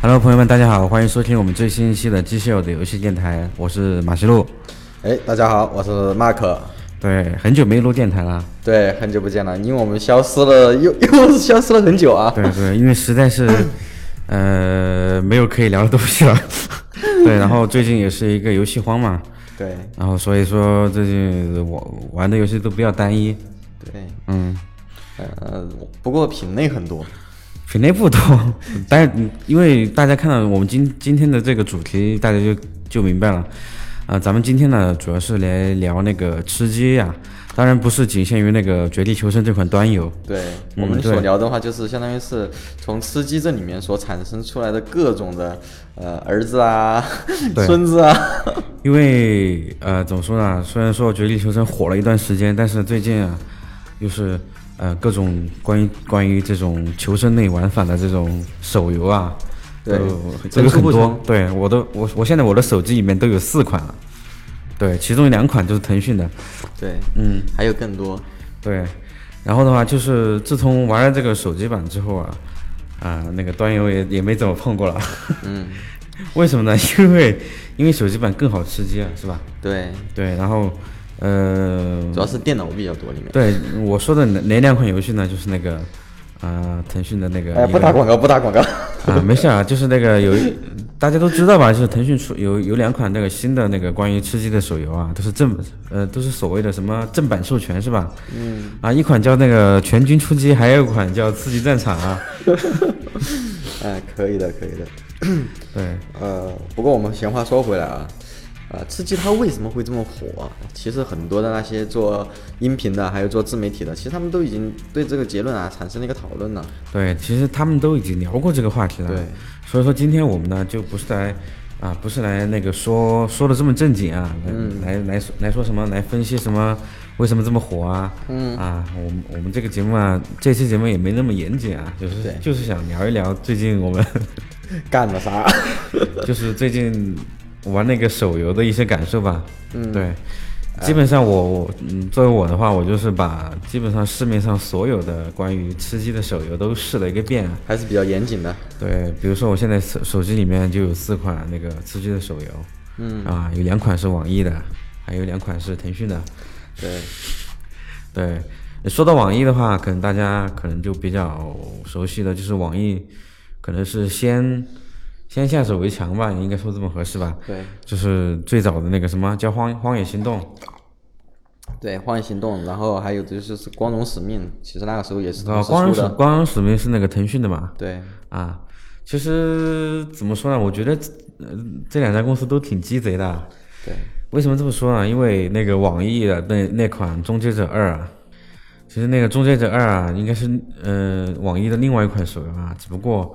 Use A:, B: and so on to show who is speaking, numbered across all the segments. A: Hello，朋友们，大家好，欢迎收听我们最新一期的机械友的游戏电台，我是马西路。
B: 哎，大家好，我是 Mark。
A: 对，很久没录电台了。
B: 对，很久不见了，因为我们消失了，又 又消失了很久啊。
A: 对对，因为实在是，呃，没有可以聊的东西了。 对，然后最近也是一个游戏荒嘛，
B: 对
A: 然后所以说最近我玩的游戏都比较单一，
B: 对，
A: 嗯，
B: 呃，不过品类很多。
A: 品类不多，但是因为大家看到我们今今天的这个主题，大家就就明白了。啊、咱们今天呢，主要是来聊那个吃鸡呀、当然不是仅限于那个《绝地求生》这款端游。
B: 对
A: 嗯
B: 我们
A: 对
B: 所聊的话，就是相当于是从吃鸡这里面所产生出来的各种的，呃，儿子啊，
A: 对
B: 孙子啊，
A: 因为呃，怎么说呢？虽然说《绝地求生》火了一段时间，但是最近啊，又是呃各种关于关于这种求生类玩法的这种手游啊，
B: 对
A: 都这
B: 层
A: 个
B: 出
A: 很
B: 不
A: 多
B: 穷。
A: 对我都我我现在我的手机里面都有四款了，对，其中有两款就是腾讯的，
B: 对，
A: 嗯，
B: 还有更多。
A: 对。然后的话，就是自从玩了这个手机版之后啊，啊、那个端游也也没怎么碰过了。
B: 嗯，
A: 为什么呢？因为因为手机版更好吃鸡啊，是吧？
B: 对，
A: 对，然后呃，
B: 主要是电脑比较多里面。
A: 对我说的哪哪两款游戏呢？就是那个呃，腾讯的那个
B: 哎，
A: 一
B: 不
A: 个
B: 打广告，不打广告。
A: 啊，没事啊，就是那个有一大家都知道吧，就是腾讯出有有两款那个新的那个关于吃鸡的手游啊，都是正呃都是所谓的什么正版授权是吧？嗯啊，一款叫那个全军出击，还有一款叫刺激战场啊。
B: 哎，可以的，可以的。
A: 对，
B: 呃，不过我们闲话说回来啊，啊，吃鸡它为什么会这么火啊？其实很多的那些做音频的，还有做自媒体的，其实他们都已经对这个结论啊产生了一个讨论了。
A: 对，其实他们都已经聊过这个话题了。
B: 对，
A: 所以说今天我们呢就不是来啊，不是来那个说说的这么正经啊，来、来来说来说什么来分析什么为什么这么火啊？嗯啊，我们我们这个节目啊，这期节目也没那么严谨啊，就是
B: 对
A: 就是想聊一聊最近我们
B: 干了啥？
A: 就是最近玩那个手游的一些感受吧。嗯，对。基本上我我嗯，作为我的话，我就是把基本上市面上所有的关于吃鸡的手游都试了一个遍、啊，
B: 还是比较严谨的。
A: 对，比如说我现在手手机里面就有四款那个吃鸡的手游，嗯啊，有两款是网易的，还有两款是腾讯的。
B: 对，
A: 对，说到网易的话，可能大家可能就比较熟悉的就是网易，可能是先先下手为强吧，应该说这么合适吧？
B: 对，
A: 就是最早的那个什么叫《荒荒野行动》，
B: 哦对，荒野行动，然后还有就是是光荣使命，其实那个时候也是
A: 啊，
B: 同
A: 《
B: 时
A: 光荣
B: 出
A: 使
B: 的。
A: 光荣使命》是那个腾讯的嘛？
B: 对，
A: 啊，其实怎么说呢？我觉得呃这两家公司都挺鸡贼的啊。
B: 对，
A: 为什么这么说啊呢？因为那个网易的那那款《终结者二》啊，其实那个《终结者二》啊，应该是呃网易的另外一款手游啊，只不过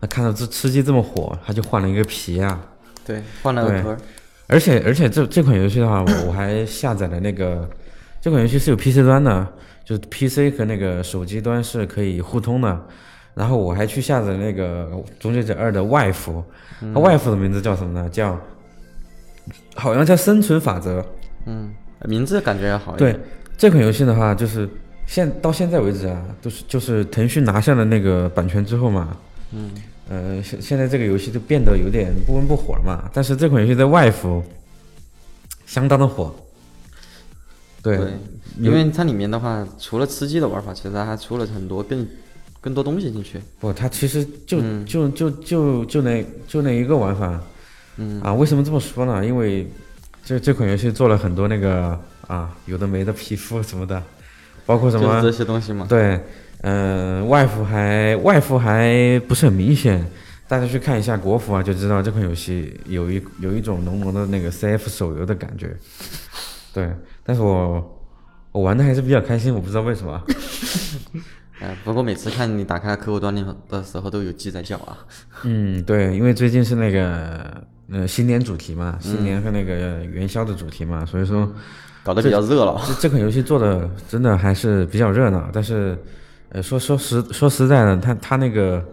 A: 那看到这吃鸡这么火，他就换了一个皮啊。
B: 对，换了
A: 对
B: 个壳儿。
A: 而且而且这这款游戏的话，我我还下载了那个这款游戏是有 PC 端的，就是 PC 和那个手机端是可以互通的。然后我还去下载那个《终结者二》的外服，它外服的名字叫什么呢？叫好像叫《生存法则》。
B: 嗯，名字感觉要好一点。
A: 对这款游戏的话，就是现到现在为止啊，都是就是腾讯拿下了那个版权之后嘛，嗯，呃，现现在这个游戏就变得有点不温不火了嘛。但是这款游戏在外服相当的火，对
B: 对，因为它里面的话，除了吃鸡的玩法，其实它还出了很多更更多东西进去。
A: 不，它其实就、
B: 嗯
A: 就就就就那就那一个玩法，嗯啊，为什么这么说呢？因为这这款游戏做了很多那个啊有的没的皮肤什么的，包括什么
B: 就是这些东西嘛。
A: 对，嗯、外服还外服还不是很明显，大家去看一下国服啊，就知道这款游戏有一有一种浓浓的那个 CF 手游的感觉。对，但是我我玩的还是比较开心，我不知道为什么。啊
B: 哎，不过每次看你打开客户端的的时候都有鸡在叫啊。
A: 嗯，对，因为最近是那个呃新年主题嘛，新年和那个元宵的主题嘛，所以说
B: 搞得比较热闹。
A: 这这款游戏做的真的还是比较热闹，但是，呃，说说实说实在的，它它那个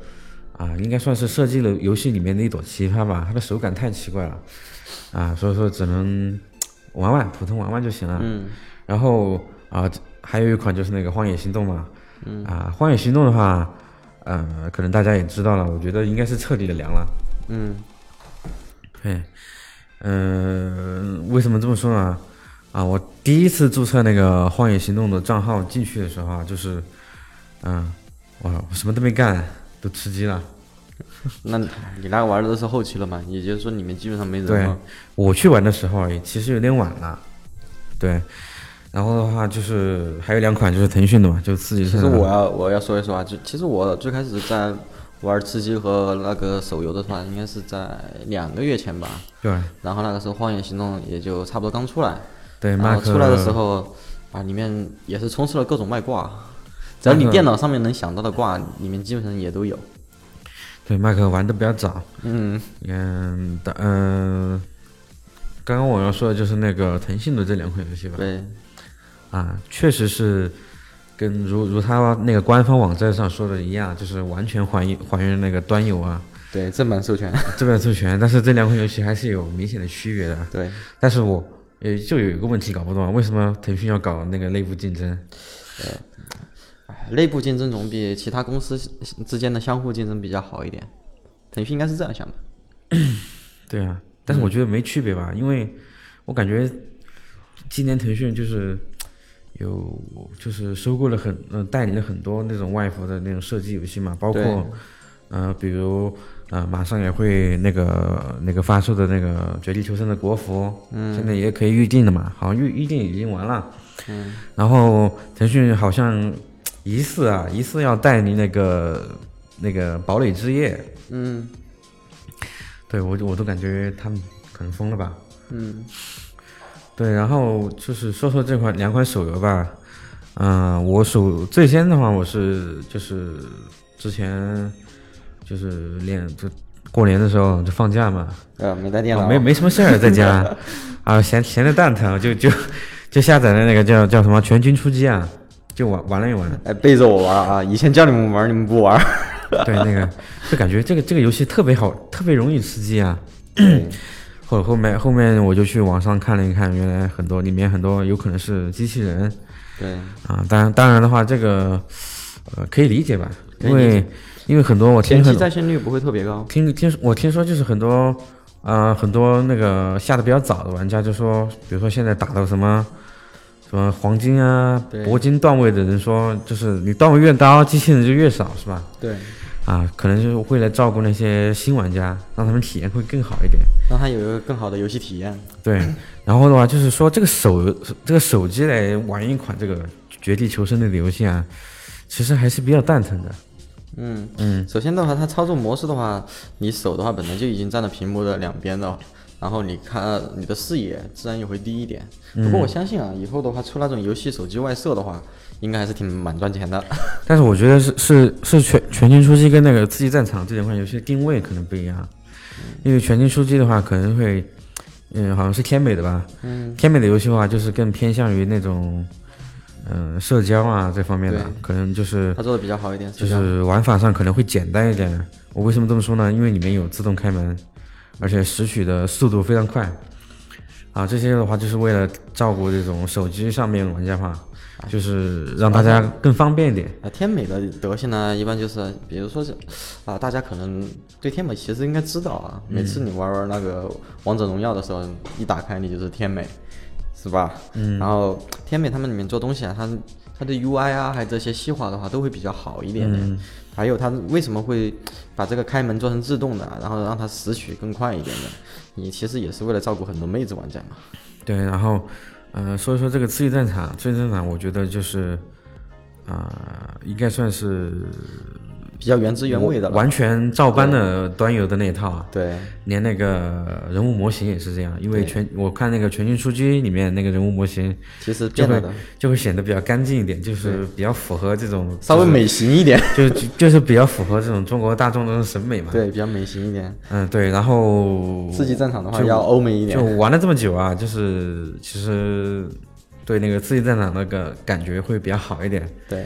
A: 啊、应该算是设计了游戏里面的一朵奇葩吧，它的手感太奇怪了，啊，所以说只能玩玩，普通玩玩就行了。嗯。然后啊、还有一款就是那个《荒野行动》嘛，啊，《荒野行动》的话，呃，可能大家也知道了，我觉得应该是彻底的凉了。
B: 嗯，
A: 对，嗯、为什么这么说呢？啊，我第一次注册那个《荒野行动》的账号进去的时候啊，就是，嗯、哇，我什么都没干，都吃鸡了。
B: 那你那个玩的都是后期了嘛？也就是说里面基本上没人
A: 对
B: 了。，
A: 我去玩的时候也啊其实有点晚了，对。然后的话就是还有两款就是腾讯的嘛，就刺激
B: 其
A: 生
B: 实
A: 的
B: 我要我要说一说啊，就其实我最开始在玩吃鸡和那个手游的话，应该是在两个月前吧。
A: 对
B: 然后那个时候《荒野行动》也就差不多刚出来，
A: 对，
B: 然
A: 马
B: 后
A: 克
B: 啊出来的时候啊，里面也是充斥了各种外挂，只要你电脑上面能想到的挂，里面基本上也都有。
A: 对麦克玩的比较早，
B: 嗯，
A: 嗯的嗯、刚刚我要说的就是那个腾讯的这两款游戏吧，
B: 对，
A: 啊，确实是跟如如他那个官方网站上说的一样，就是完全还原还原那个端游啊
B: 对，正版授权，
A: 这边授权，但是这两款游戏还是有明显的区别的。
B: 对，
A: 但是我也就有一个问题搞不懂，啊为什么腾讯要搞那个内部竞争？
B: 哎内部竞争总比其他公司之间的相互竞争比较好一点。腾讯应该是这样想的，
A: 对啊，但是我觉得没区别吧，因为我感觉今年腾讯就是有就是收购了很嗯、呃代理了很多那种外服的那种射击游戏嘛，包
B: 对
A: 括呃比如呃马上也会那个那个发售的那个《绝地求生》的国服，嗯，现在也可以预定的嘛，好像预预定已经完了，嗯，然后腾讯好像疑似啊疑似要代理那个那个堡垒之夜，
B: 嗯。
A: 对我就我都感觉他们可能疯了吧。
B: 嗯，
A: 对，然后就是说说这款两款手游吧。嗯、我手最先的话，我是就是之前就是练就过年的时候就放假嘛，啊
B: 呃，没带电脑，
A: 没没什么事儿在家啊，闲闲的蛋疼，就就就下载了那个叫叫什么《全军出击》啊，就玩玩了一玩。
B: 哎，背着我玩啊！以前叫你们玩，你们不玩。
A: 对，那个就感觉这个这个游戏特别好，特别容易吃鸡啊。后后面后面我就去网上看了一看，原来很多里面很多有可能是机器人
B: 对，
A: 啊。当然当然的话，这个呃可以理解吧，
B: 可以
A: 因为因为很多我听
B: 前期
A: 很
B: 在线率不会特别高。
A: 听听我听说就是很多呃很多那个下的比较早的玩家就说，比如说现在打到什么。什么黄金啊
B: 对、
A: 铂金段位的人说，就是你段位越高，机器人就越少，是吧？
B: 对，
A: 啊，可能就是为了照顾那些新玩家，让他们体验会更好一点。
B: 让它有一个更好的游戏体验。
A: 对，然后的话就是说，这个手这个手机来玩一款这个绝地求生类的游戏啊，其实还是比较蛋疼的。
B: 嗯嗯，首先的话，它操作模式的话，你手的话本来就已经占了屏幕的两边了，然后你看你的视野自然也会低一点。
A: 嗯
B: 不过我相信啊，以后的话出那种游戏手机外设的话，应该还是挺蛮赚钱 的。
A: 但是我觉得是是是全全军出击跟那个刺激战场这两款游戏的定位可能不一样，因为全军出击的话可能会，嗯，好像是天美的吧，
B: 嗯，
A: 天美的游戏的话就是更偏向于那种，嗯、社交啊这方面的
B: 对，
A: 可能就是
B: 它做的比较好一点，
A: 就
B: 吧
A: 是玩法上可能会简单一点。我为什么这么说呢？因为里面有自动开门，而且拾取的速度非常快。啊，这些的话就是为了照顾这种手机上面的玩家嘛，就是让大家更方便一点。
B: 啊，天美的德性呢，一般就是，比如说是，啊，大家可能对天美其实应该知道啊。每次你玩玩那个王者荣耀的时候，一打开你就是天美，是吧？嗯。然后天美他们里面做东西啊，它它的 UI 啊，还有这些细化的话，都会比较好一点点。还有它为什么会把这个开门做成自动的啊，然后让它拾取更快一点点，也其实也是为了照顾很多妹子玩家嘛。
A: 对，然后，呃，说一说这个刺激战场，刺激战场，我觉得就是，啊、应该算是
B: 比较原汁原味的了。
A: 完全照搬了端游的那一套啊。
B: 对，
A: 连那个人物模型也是这样，因为
B: 对
A: 全我看那个《全军出击》里面那个人物模型
B: 其实
A: 就
B: 变
A: 会
B: 了的，
A: 就会显得比较干净一点，就是比较符合这种
B: 稍微美型一点。
A: 就就就是比较符合这种中国大众的审美嘛。
B: 对，比较美型一点。
A: 嗯，对，然后
B: 刺激战场的话
A: 就
B: 要欧美一点
A: 就，玩了这么久啊，就是其实对那个刺激战场那个感觉会比较好一点，
B: 对，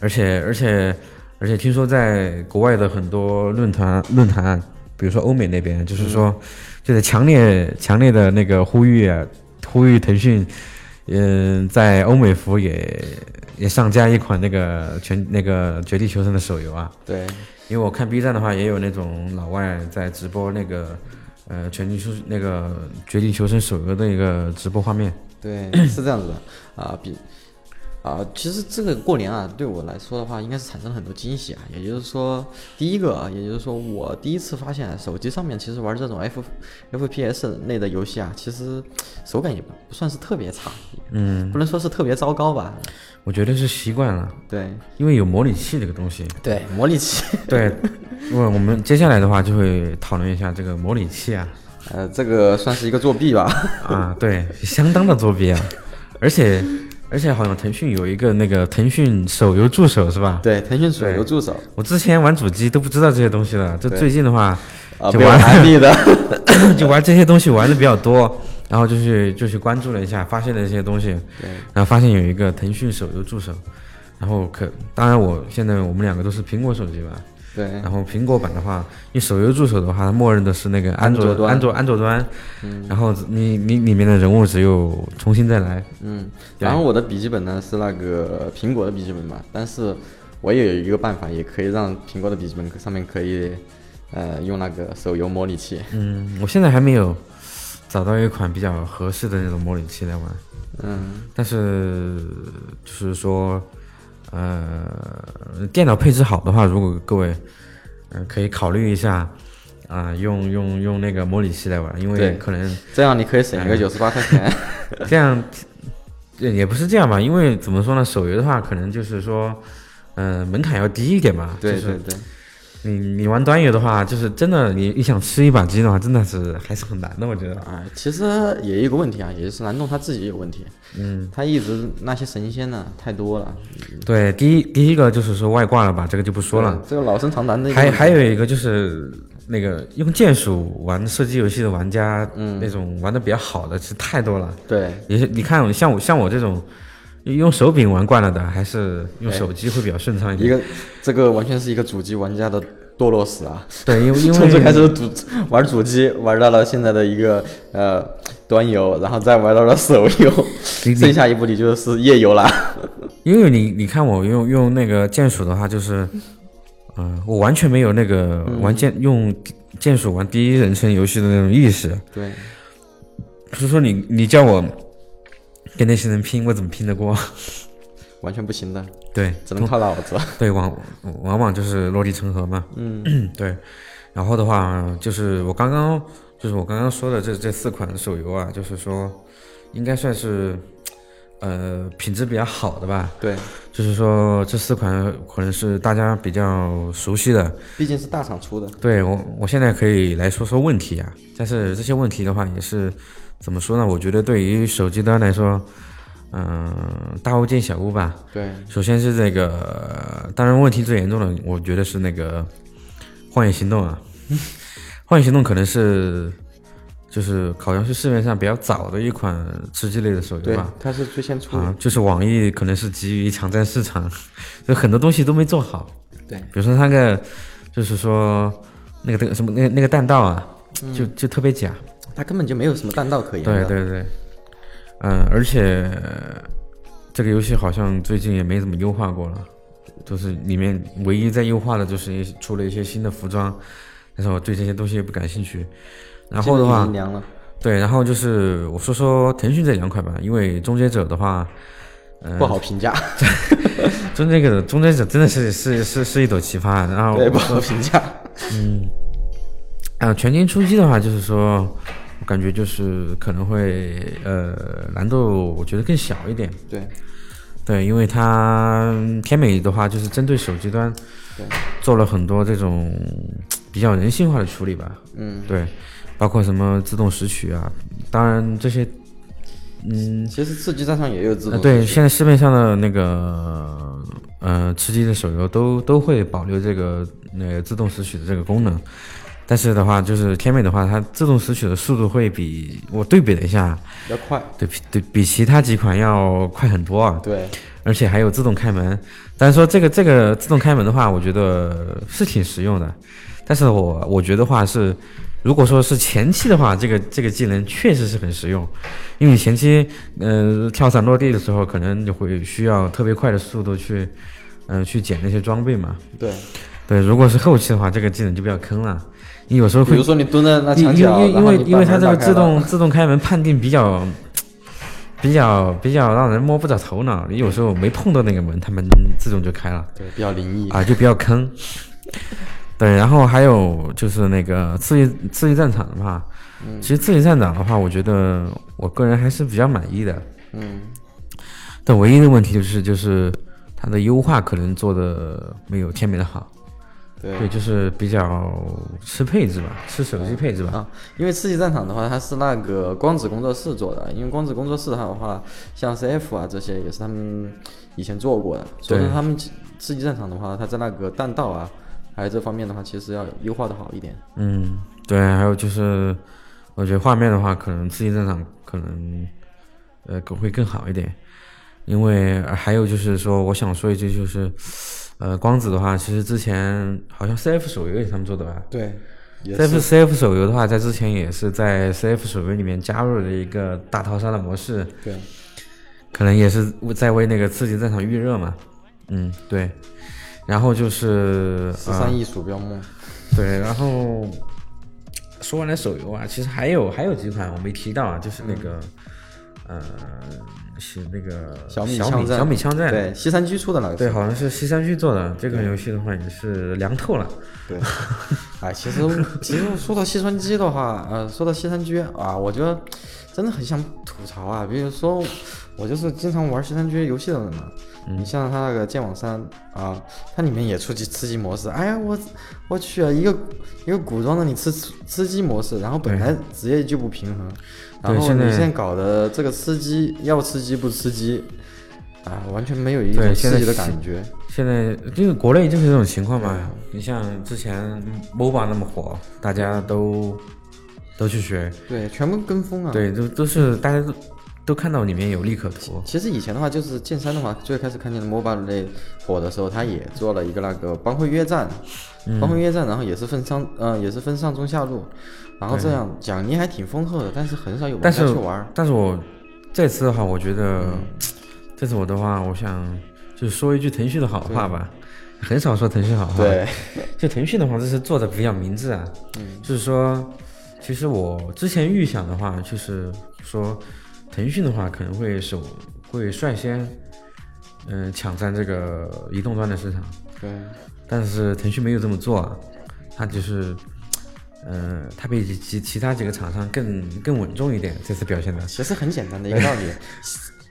A: 而且而且而且听说在国外的很多论坛论坛啊，比如说欧美那边，就是说，就在强烈强烈的那个呼吁啊，呼吁腾讯嗯，在欧美服也也上架一款那个全那个绝地求生的手游啊。
B: 对，
A: 因为我看 B 站的话，也有那种老外在直播那个呃全地求那个绝地求生手游的一个直播画面。
B: 对， 是这样子的啊，比啊，其实这个过年啊，对我来说的话，应该是产生了很多惊喜啊。也就是说，第一个啊，也就是说，我第一次发现手机上面其实玩这种 F FPS 类的游戏啊，其实手感也不算是特别差，
A: 嗯，
B: 不能说是特别糟糕吧。
A: 我觉得是习惯了，
B: 对
A: 因为有模拟器这个东西。
B: 对，模拟器，
A: 对，我我们接下来的话就会讨论一下这个模拟器啊。
B: 呃，这个算是一个作弊吧。
A: 啊，对，相当的作弊啊，而且而且好像腾讯有一个那个腾讯手游助手是吧？
B: 对，腾讯手游助手
A: 我之前玩主机都不知道这些东西的，就最近的 话
B: 啊，
A: 就
B: 被我
A: 玩
B: 安利 的。
A: 就玩这些东西玩的比较多，然后就去就去关注了一下，发现了一些东西，
B: 对
A: 然后发现有一个腾讯手游助手，然后可当然我现在我们两个都是苹果手机嘛，
B: 对
A: 然后苹果版的话，你手游助手的话，它默认的是那个安
B: 安卓
A: 卓
B: 端嗯
A: 安卓安卓端，然后你你里面的人物只有重新再来，
B: 嗯，
A: 对
B: 然后我的笔记本呢是那个苹果的笔记本嘛，但是我也有一个办法，也可以让苹果的笔记本上面可以，呃，用那个手游模拟器。
A: 嗯，我现在还没有找到一款比较合适的那种模拟器来玩，
B: 嗯，
A: 但是就是说，呃，电脑配置好的话，如果各位，嗯、可以考虑一下，啊、用用用那个模拟器来玩，因为
B: 对
A: 可能
B: 这样你可以省一
A: 哎
B: 个九十八块钱。
A: 这样，呃也不是这样吧，因为怎么说呢，手游的话，可能就是说，嗯、门槛要低一点嘛，
B: 对
A: 就是
B: 对对，
A: 你你玩端游的话，就是真的，你你想吃一把鸡的话，真的是还是很难的，我觉得。
B: 啊，其实也有一个问题啊，也就是蓝洞他自己也有问题。嗯，他一直那些神仙呢太多了，
A: 对，第一第一个就是说外挂了吧，这个就不说了。
B: 对，这个老生常谈的嗯一个
A: 还
B: 问题
A: 还有一个就是那个用键鼠玩射击游戏的玩家，
B: 嗯
A: 那种玩的比较好的其实太多了。
B: 对
A: 也是你看，像我像我这种用手柄玩惯了的，还是用
B: 哎
A: 手机会比较顺畅一
B: 一
A: 点。
B: 个这个完全是一个主机玩家的堕落史啊。
A: 对，因为因
B: 从最开
A: 为
B: 始主玩主机，玩到了现在的一个呃端游，然后再玩到了手游，
A: 你
B: 剩下一步你就是页游啦。
A: 因为你你看我用用那个键鼠的话，就是，嗯、我完全没有那个玩键、用键鼠玩第一人称游戏的那种意识。
B: 对，
A: 就是说你你叫我跟那些人拼，我怎么拼得过？
B: 完全不行的，
A: 对，
B: 只能靠脑 子。
A: 对，往往往就是落地成盒嘛。嗯， 对。然后的话，就是我刚刚就是我刚刚说的这这四款手游啊，就是说应该算是呃品质比较好的吧。
B: 对，
A: 就是说这四款可能是大家比较熟悉的。
B: 毕竟是大厂出的。
A: 对我，我现在可以来说说问题啊。但是这些问题的话，也是怎么说呢？我觉得对于手机端来说，嗯、大巫见小巫吧。
B: 对，
A: 首先是这个，当然问题最严重的，我觉得是那个《荒野行动》啊， 《荒野行动》可能是就是好像是市面上比较早的一款吃鸡类的手游
B: 对
A: 吧。，
B: 它是最先出的。
A: 啊，就是网易可能是急于抢占市场， 就很多东西都没做好。
B: 对
A: 比如说那个，就是说那个那个什么那个那个弹道啊，就就特别假。
B: 它根本就没有什么弹道可言
A: 对
B: 的。
A: 对对，嗯，而且呃这个游戏好像最近也没怎么优化过了，就是里面唯一在优化的就是一出了一些新的服装，但是我对这些东西也不感兴趣。然后的
B: 基
A: 话
B: 本已经，凉了。
A: 对，然后就是我说说腾讯这两款吧，因为终结者的话，呃
B: 不好评价，
A: 终结者终结者真的是是是是一朵奇葩，然后
B: 对，不好评价。
A: 啊，全军出击的话，就是说，我感觉就是可能会呃难度我觉得更小一点，
B: 对，
A: 对，因为它天美的话，就是针对手机端
B: 对
A: 做了很多这种比较人性化的处理吧。
B: 嗯，
A: 对，包括什么自动拾取啊，当然这些，嗯，
B: 其实刺激战上也有自
A: 呃
B: 动。
A: 对，现在市面上的那个呃吃鸡的手游都都会保留这个那个自动拾取的这个功能，但是的话，就是天美的话，它自动拾取的速度会比我对比了一下，
B: 比较快。
A: 对比对比其他几款要快很多啊。
B: 对，
A: 而且还有自动开门。但是说这个这个自动开门的话，我觉得是挺实用的，但是我我觉得话是如果说是前期的话，这个这个技能确实是很实用，因为你前期呃跳伞落地的时候，可能你会需要特别快的速度去嗯、呃去捡那些装备嘛。
B: 对，
A: 对，如果是后期的话，这个技能就比较坑了，你有时候
B: 比
A: 会
B: 如说你蹲在那
A: 因
B: 墙
A: 因
B: 角，然
A: 因
B: 后
A: 为
B: 你
A: 因为
B: 把
A: 它
B: 门
A: 这
B: 打
A: 个
B: 开
A: 自
B: 了
A: 动自动开门判定比较比较比较让人摸不着头脑，你有时候没碰到那个门，它门自动就开了
B: 对比较灵异，
A: 啊，就比较坑。对，然后还有就是那个刺激刺激战场的话，
B: 嗯
A: 其实刺激战场的话，我觉得我个人还是比较满意的。
B: 嗯，
A: 但唯一的问题就是就是它的优化可能做的没有天美的好，
B: 对
A: 对，就是比较吃配置吧，吃手机配置吧。
B: 啊，因为刺激战场的话，它是那个光子工作室做的，因为光子工作室它的话，像 CF 啊这些也是他们以前做过的，所以说
A: 对
B: 他们刺刺激战场的话，它在那个弹道啊，还有这方面的话，其实要优化的好一点。
A: 嗯，对，还有就是，我觉得画面的话，可能刺激战场可能呃更会更好一点，因为呃还有就是说，我想说一句就是，呃，光子的话，其实之前好像 CF 手游也是他们做的吧
B: 对，也
A: ？CF CF 手游的话，在之前也是在 CF 手游里面加入了一个大逃杀的模式，
B: 对，
A: 可能也是在为那个刺激战场预热嘛。嗯，对。然后就是
B: 十三亿鼠标梦，
A: 对，然后说完了手游啊，其实还有还有几款我没提到啊，就是那个，呃，是那个
B: 小米
A: 米
B: 枪战
A: 小米枪战，
B: 对，西三居出的那个
A: 对
B: 是
A: 好像是西山居做的这款游戏的话也是凉透了，
B: 对， 哎，其实 其实说到西川居的话，呃，说到西川居啊，我觉得真的很想吐槽啊。比如说，我就是经常玩西川居游戏的人嘛。
A: 嗯
B: 你像他那个《剑网三》啊，它里面也出鸡吃鸡模式。哎呀，我我去啊，一个一个古装的你吃吃鸡模式，然后本来职业就不平衡，然
A: 对
B: 后
A: 现
B: 你
A: 在
B: 现在搞的这个吃鸡，要吃鸡不吃鸡，啊，完全没有一
A: 对
B: 种
A: 现
B: 刺
A: 在
B: 激的
A: 是
B: 感觉。
A: 现在就是国内就是这种情况嘛，你像之前 MOBA 那么火，大家都都去学，
B: 对，全部跟风啊。
A: 对，都都是大家都都看到里面有利可图，
B: 其实以前的话，就是剑三的话，最开始看见的 MOBA 类火的时候，它也做了一个那个帮会约战，
A: 嗯
B: 帮会约战，然后也是分上，嗯、也是分上中下路，然后这样奖励还挺丰厚的，但是很少有玩
A: 但
B: 家
A: 是
B: 去玩儿。
A: 但是我这次的话，我觉得、这次我的话，我想就说一句腾讯的好话吧。很少说腾讯好话，
B: 对，
A: 就腾讯的话，这是做的比较明智啊。就是说，其实我之前预想的话，就是说，腾讯的话可能会首会率先，嗯、抢占这个移动端的市场。
B: 对，
A: 但是腾讯没有这么做啊，它就是，嗯、它比其其其他几个厂商更更稳重一点，这次表现的。
B: 其实很简单的一个道理，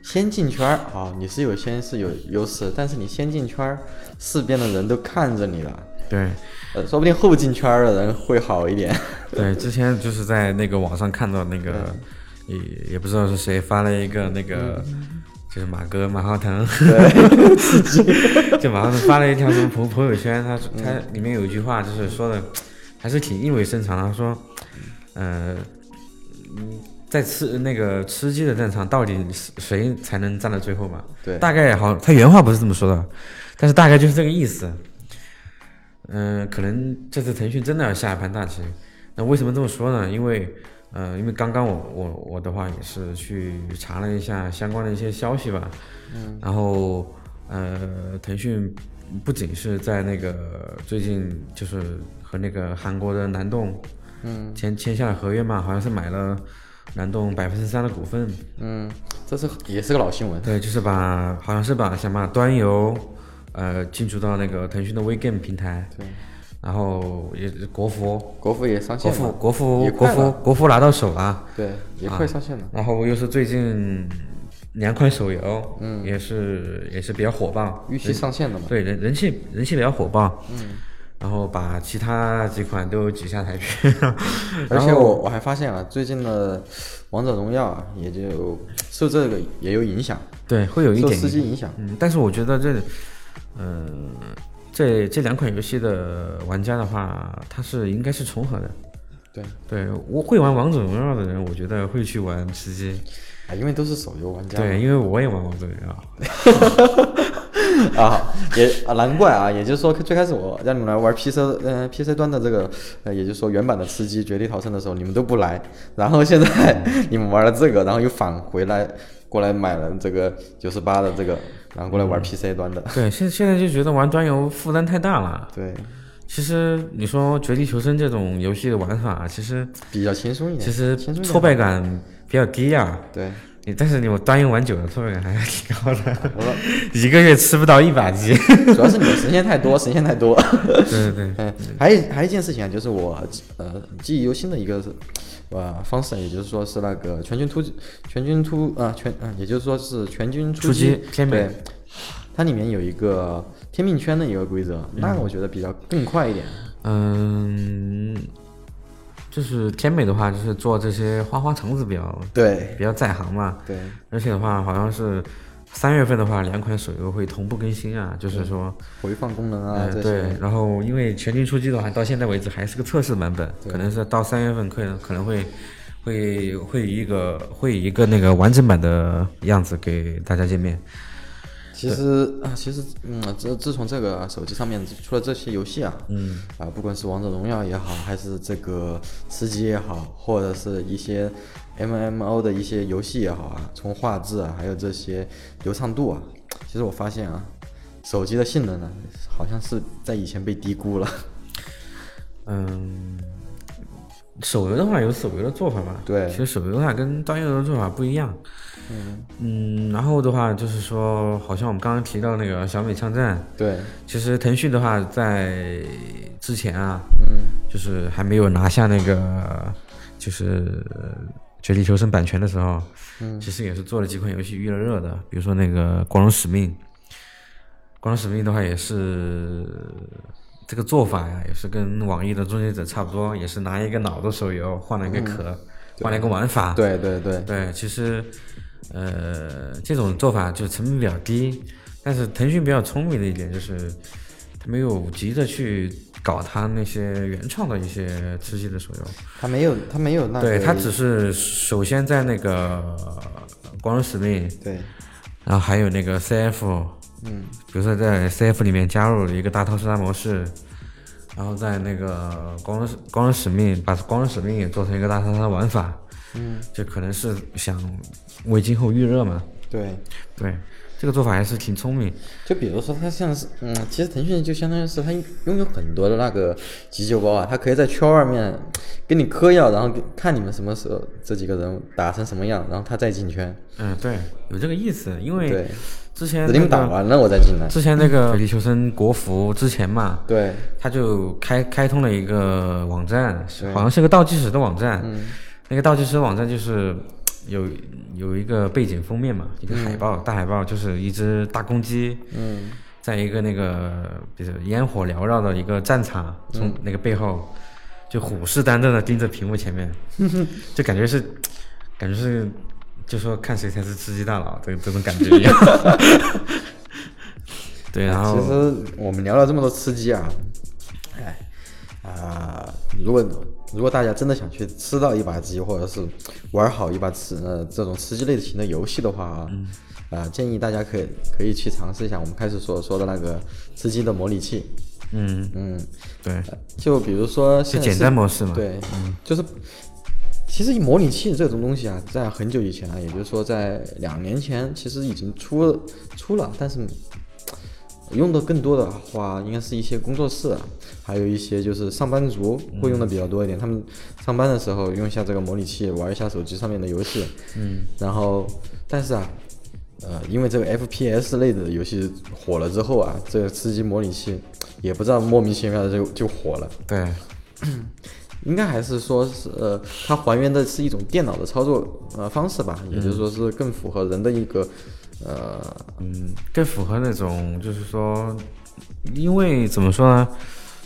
B: 先进圈儿啊，你是有先是有优势，但是你先进圈儿，四边的人都看着你了，
A: 对，
B: 呃，说不定后进圈儿的人会好一点。
A: 对，之前就是在那个网上看到那个，也也不知道是谁发了一个那个，就是马哥马化腾， 就马化腾发了一条什么朋朋友圈，他说他里面有一句话就是说的，还是挺意味深长的，他说，呃，嗯在吃那个吃鸡的战场，到底是谁才能站到最后嘛？
B: 对
A: 大概好，他原话不是这么说的，但是大概就是这个意思。嗯、可能这次腾讯真的要下一盘大棋。那为什么这么说呢？因为，呃，因为刚刚我我我的话也是去查了一下相关的一些消息吧。嗯。然后，呃，腾讯不仅是在那个最近就是和那个韩国的南动，嗯，签签下了合约嘛，好像是买了南动百分之三的股份。
B: 嗯，这是也是个老新闻。
A: 对，就是把好像是把想把端游，呃，进驻到那个腾讯的 WeGame 平台，
B: 对，
A: 然后也国服，
B: 国服也上
A: 国
B: 线
A: 服啊
B: 了，
A: 国服
B: 也
A: 国
B: 快
A: 服
B: 了
A: 国服拿到手了，
B: 对，也快上线了。
A: 然后又是最近两款手游，嗯，也是也是比较火爆，
B: 预期上线了嘛？
A: 对人人气人气比较火爆，嗯，然后把其他几款都挤下台去，
B: 而
A: 然
B: 且
A: 后
B: 我我还发现啊，最近的《王者荣耀》啊，也就受这个也有影响，
A: 对会有一
B: 受
A: 点
B: 吃鸡影响。
A: 嗯，但是我觉得这，嗯、这这两款游戏的玩家的话，它是应该是重合的。
B: 对，
A: 对我会玩王者荣耀的人，我觉得会去玩吃鸡。
B: 啊，因为都是手游玩家嘛。
A: 对，因为我也玩王者荣耀。
B: 啊，也啊难怪啊，也就是说最开始我让你们来玩 PC 呃 PC 端的这个，呃也就是说原版的吃鸡绝地逃生的时候你们都不来，然后现在
A: 嗯
B: 你们玩了这个，然后又返回来过来买了这个九十八的这个，然后过来
A: 嗯
B: 玩 PC 端的，
A: 对，现现在就觉得玩端游负担太大了。
B: 对，
A: 其实你说《绝地求生》这种游戏的玩法，其实
B: 比较轻松一点，
A: 其实
B: 轻松一点
A: 挫败感比较低啊。
B: 对。
A: 你但是你我端游玩久了，挫败感还是挺高的，
B: 我说
A: 一个月吃不到一把鸡。
B: 主要是你们神仙太多，神仙太多。
A: 对对对，
B: 嗯，还有还有一件事情啊，就是我呃记忆犹新的一个呃方式，也就是说是那个全军突全军突啊、全啊、也就是说是全军
A: 出
B: 击
A: 击天
B: 对
A: 美，
B: 它里面有一个天命圈的一个规则，那个我觉得比较更快一点。
A: 嗯，就是天美的话，就是做这些花花肠子比较
B: 对
A: 比较在行嘛。
B: 对，
A: 而且的话，好像是三月份的话，两款手游会同步更新啊，就是说，
B: 回放功能啊
A: 呃，
B: 这
A: 对
B: 些，，
A: 然后因为全军出击的话，到现在为止还是个测试版本，可能是到三月份可能可能会会会以一个会以一个那个完整版的样子给大家见面。
B: 其实啊，其实嗯，自自从这个手机上面出了这些游戏啊，嗯，啊，不管是王者荣耀也好，还是这个吃鸡也好，或者是一些 M M O 的一些游戏也好啊，从画质啊，还有这些流畅度啊，其实我发现啊，手机的性能呢，好像是在以前被低估了。
A: 嗯，手游的话有手游的做法嘛，
B: 对
A: 其实手游的话跟端游的做法不一样。嗯然后的话就是说，好像我们刚刚提到那个小米枪战，
B: 对，
A: 其实腾讯的话，在之前啊，嗯，就是还没有拿下那个就是呃《绝地求生》版权的时候，嗯，其实也是做了几款游戏预热热的，比如说那个《光荣使命》，《光荣使命》的话也是这个做法呀，也是跟网易的《终结者》差不多，也是拿一个老的手游换了一个壳，换了一个玩法，
B: 对对对，
A: 对，其实，呃，这种做法就成本比较低，但是腾讯比较聪明的一点就是，他没有急着去搞他那些原创的一些吃鸡的手游，
B: 它没有，它没有那个，
A: 对他只是首先在那个《光荣使命》，
B: 对
A: 然后还有那个 CF，嗯，比如说在 CF 里面加入了一个大逃杀模式，然后在那个光荣光荣使命把光荣使命也做成一个大逃杀玩法，嗯，这可能是想为今后预热嘛，
B: 对。
A: 对，这个做法还是挺聪明，
B: 就比如说，它像是，嗯，其实腾讯就相当于是它拥有很多的那个急救包啊，它可以在圈外面给你嗑药，然后给看你们什么时候这几个人打成什么样，然后他再进圈，
A: 嗯，对，有这个意思，因为
B: 对，
A: 之前
B: 等你
A: 那
B: 们打
A: 个
B: 完了我再进来。
A: 之前那个绝地求生国服之前嘛，
B: 对
A: 他就开开通了一个网站，好像是个倒计时的网站。
B: 嗯
A: 那个倒计时网站就是有有一个背景封面嘛，一个海报，
B: 嗯
A: 大海报就是一只大公鸡，嗯，在一个那个比如烟火缭绕的一个战场，从那个背后
B: 嗯
A: 就虎视眈眈的盯着屏幕前面， 就感觉是感觉是就说看谁才是吃鸡大佬，这这种感觉 一样。对，然后
B: 其实我们聊了这么多吃鸡啊，哎，啊、如果如果大家真的想去吃到一把鸡，或者是玩好一把吃呃这种吃鸡类型的游戏的话啊，啊、建议大家可以可以去尝试一下我们开始所说的那个吃鸡的模拟器。
A: 嗯，
B: 嗯，
A: 对。
B: 就比如说
A: 是
B: 现在
A: 简单模式嘛？，
B: 对，就是其实模拟器这种东西啊，在很久以前啊，也就是说在两年前，其实已经出了出了，但是用的更多的话，应该是一些工作室啊，还有一些就是上班族会用的比较多一点。他们上班的时候用一下这个模拟器，玩一下手机上面的游戏。嗯，然后但是啊。呃，因为这个 FPS 类的游戏火了之后啊，这个吃鸡模拟器也不知道莫名其妙的就就火了。
A: 对，
B: 应该还是说是呃，它还原的是一种电脑的操作呃方式吧，也就是说是更符合人的一个呃，
A: 嗯，更符合那种就是说，因为怎么说呢？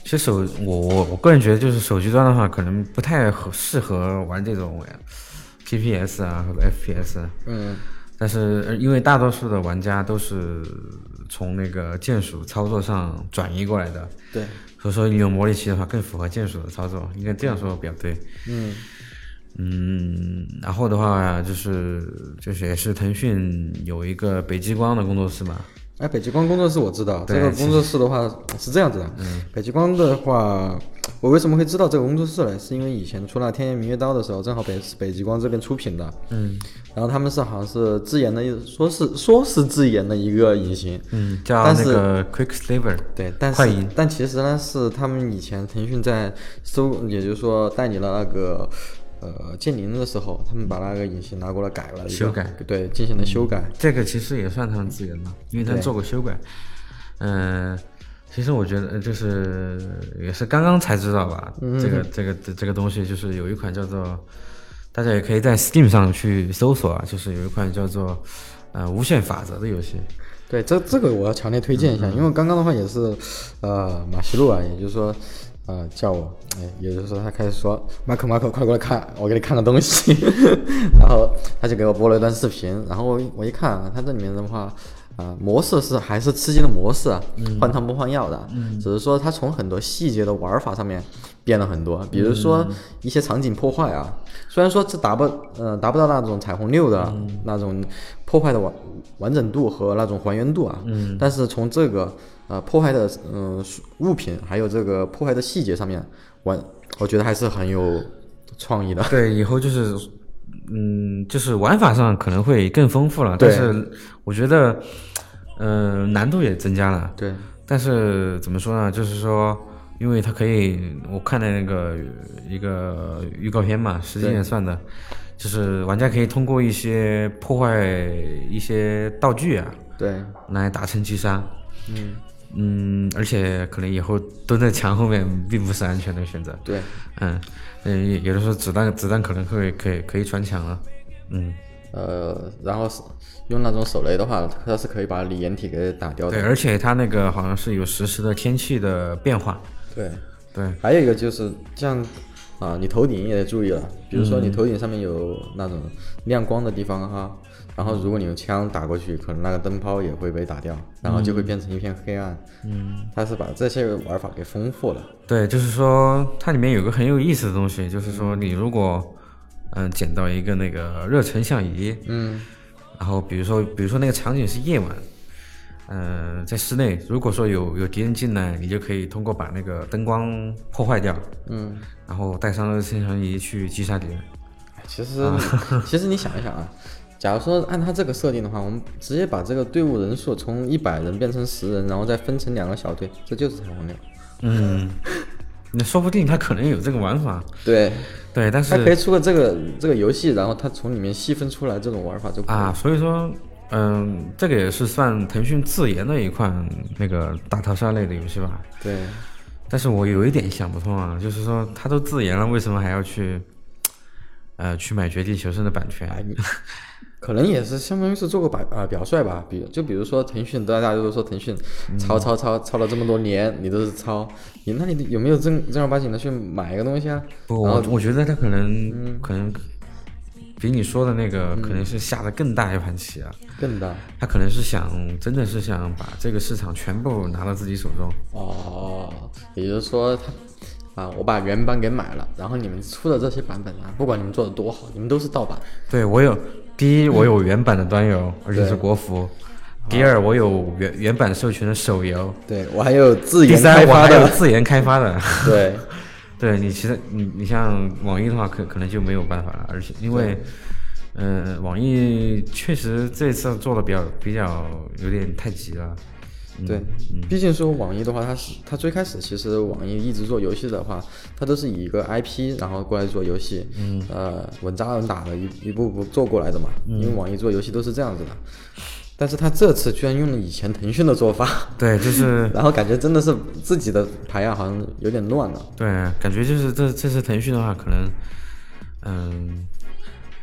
A: 其实手我我我个人觉得，就是手机端的话，可能不太合适合玩这种呃 PPS 啊和 FPS。
B: 嗯，
A: 但是呃因为大多数的玩家都是从那个键鼠操作上转移过来的，
B: 对，
A: 所以说你用模拟器的话更符合键鼠的操作，应该这样说比较对。
B: 嗯，
A: 嗯，然后的话就是就是也是腾讯有一个北极光的工作室嘛，
B: 哎，北极光工作室我知道，这
A: 对
B: 个工作室的话是这样子的。北极光的话，我为什么会知道这个工作室呢？是因为以前出了《天夜明月刀》的时候，正好北北极光这边出品的。嗯。然后他们是好像是自研的一，说是说是自研的一个隐形。
A: 嗯，叫
B: 但
A: 那
B: 是
A: 个 Quick Slaver，
B: 对，但
A: 快
B: 是
A: 银
B: 但其实呢，是他们以前腾讯在收，也就是说代理了那个呃剑灵的时候，他们把那个引擎拿过来改了一个
A: 修改，
B: 对，进行了修改。
A: 这个其实也算他们自研吧，因为他
B: 对
A: 做过修改。嗯、其实我觉得呃就是也是刚刚才知道吧，
B: 嗯
A: 这个这个这这个东西就是有一款叫做，大家也可以在 Steam 上去搜索啊，就是有一款叫做呃无限法则的游戏。
B: 对，这这个我要强烈推荐一下，因为刚刚的话也是，呃，马西路啊，也就是说，呃，叫我，哎，也就是说他开始说，马可马可，快过来看，我给你看个东西， 然后他就给我播了一段视频，然后我一我一看啊，他这里面的话。啊、模式是还是吃鸡的模式啊，换汤不换药的，只是说它从很多细节的玩法上面变了很多，比如说一些场景破坏啊，虽然说这达不呃达不到那种彩虹六的那种破坏的完完整度和那种还原度啊，嗯，但是从这个呃破坏的嗯、呃物品还有这个破坏的细节上面玩，我觉得还是很有创意的。
A: 对，以后就是，嗯，就是玩法上可能会更丰富了，但
B: 对
A: 是我觉得，嗯、难度也增加了。
B: 对，
A: 但是怎么说呢？就是说，因为它可以，我看的那个一个预告片嘛，实际演算的，就是玩家可以通过一些破坏一些道具啊，
B: 对，
A: 来达成击杀。嗯嗯，而且可能以后蹲在墙后面并不是安全的选择。
B: 对，
A: 嗯嗯，有有的时候子弹子弹可能会可以可以穿墙了。嗯，
B: 呃，然后是用那种手雷的话，它是可以把你掩体给打掉的
A: 对，。而且它那个好像是有实时的天气的变化。
B: 对，
A: 对，
B: 还有一个就是像啊，你头顶也得注意了，比如说你头顶上面有那种亮光的地方哈，然后如果你用枪打过去，可能那个灯泡也会被打掉，然后就会变成一片黑暗。嗯，它是把这些玩法给丰富了。
A: 对，就是说它里面有个很有意思的东西，就是说你如果嗯捡到一个那个热成像仪，
B: 嗯，
A: 然后比如说比如说那个场景是夜晚，嗯、在室内，如果说有有敌人进来，你就可以通过把那个灯光破坏掉，
B: 嗯，
A: 然后带上热成像仪去击杀敌人。
B: 哎其实、 其实你想一想啊。假如说按它这个设定的话，我们直接把这个队伍人数从一百人变成十人，然后再分成两个小队，这就是彩虹六。
A: 嗯，那说不定他可能有这个玩法，
B: 对，
A: 对，但
B: 它可以
A: 是
B: 出个这个这个游戏，然后它从里面细分出来这种玩法就可以了
A: 啊，所以说。嗯，这个也是算腾讯自研的一款那个大逃杀类的游戏吧？
B: 对，
A: 但是我有一点想不通啊，就是说他都自研了，为什么还要去，呃，去买《绝地求生》的版
B: 哎
A: 权？
B: 可能也是相当于是做个表啊、表率吧。比就比如说腾讯，大家都说腾讯抄抄抄抄了这么多年，你都是抄，你那你有没有正正儿八经的去买一个东西啊？
A: 不，我我觉得他可能、
B: 嗯
A: 可能比你说的那个可能是下的更大一盘棋啊，
B: 更大
A: 他可能是想真的是想把这个市场全部拿到自己手中。
B: 哦，也就是说它啊，我把原版给买了，然后你们出的这些版本啊，不管你们做的多好，你们都是盗版。
A: 对我有第一，我有原版的端游，而且是国服；
B: 啊
A: 第二，我有原原版授权的手游；
B: 对我还有自
A: 第
B: 研开
A: 三，我
B: 发
A: 还有
B: 的，
A: 自研开发的。
B: 对
A: 对你其他你你像网易的话，可可能就没有办法了，而且因为，嗯、网易确实这次做的比较比较有点太急了。
B: 对，毕竟说网易的话，它是它最开始其实网易一直做游戏的话，它都是以一个 IP 然后过来做游戏，嗯，呃，稳扎稳打的一一步步做过来的嘛。因为网易做游戏都是这样子的，但是它这次居然用了以前腾讯的做法，
A: 对，就是
B: 然后感觉真的是自己的排啊，好像有点乱了。
A: 对，感觉就是这这次腾讯的话，可能，嗯、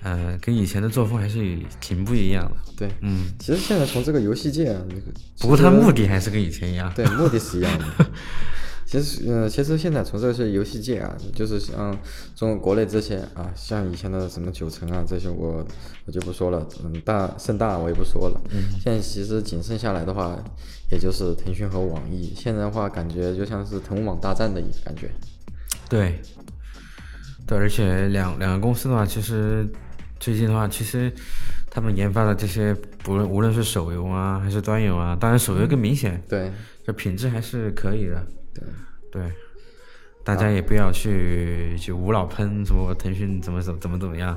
A: 嗯、跟以前的作风还是挺不一样的。
B: 对，
A: 嗯，
B: 其实现在从这个游戏界啊，你
A: 不过它目的还是跟以前一 样。
B: 对，目的是一样的。 其实，嗯、其实现在从这个是游戏界啊，就是像中国国内这些啊，像以前的什么九城啊这些我，我就不说了。嗯，大盛大我也不说了。现在其实仅剩下来的话，也就是腾讯和网易。现在的话，感觉就像是腾网大战的一个感觉。
A: 对，对，而且两两个公司的话，其实最近的话，其实他们研发的这些，不论无论是手游啊，还是端游啊，当然手游更明显，
B: 对
A: 这品质还是可以的。
B: 对，
A: 对，大家也不要去去无脑喷什么腾讯怎么怎么怎么怎么样。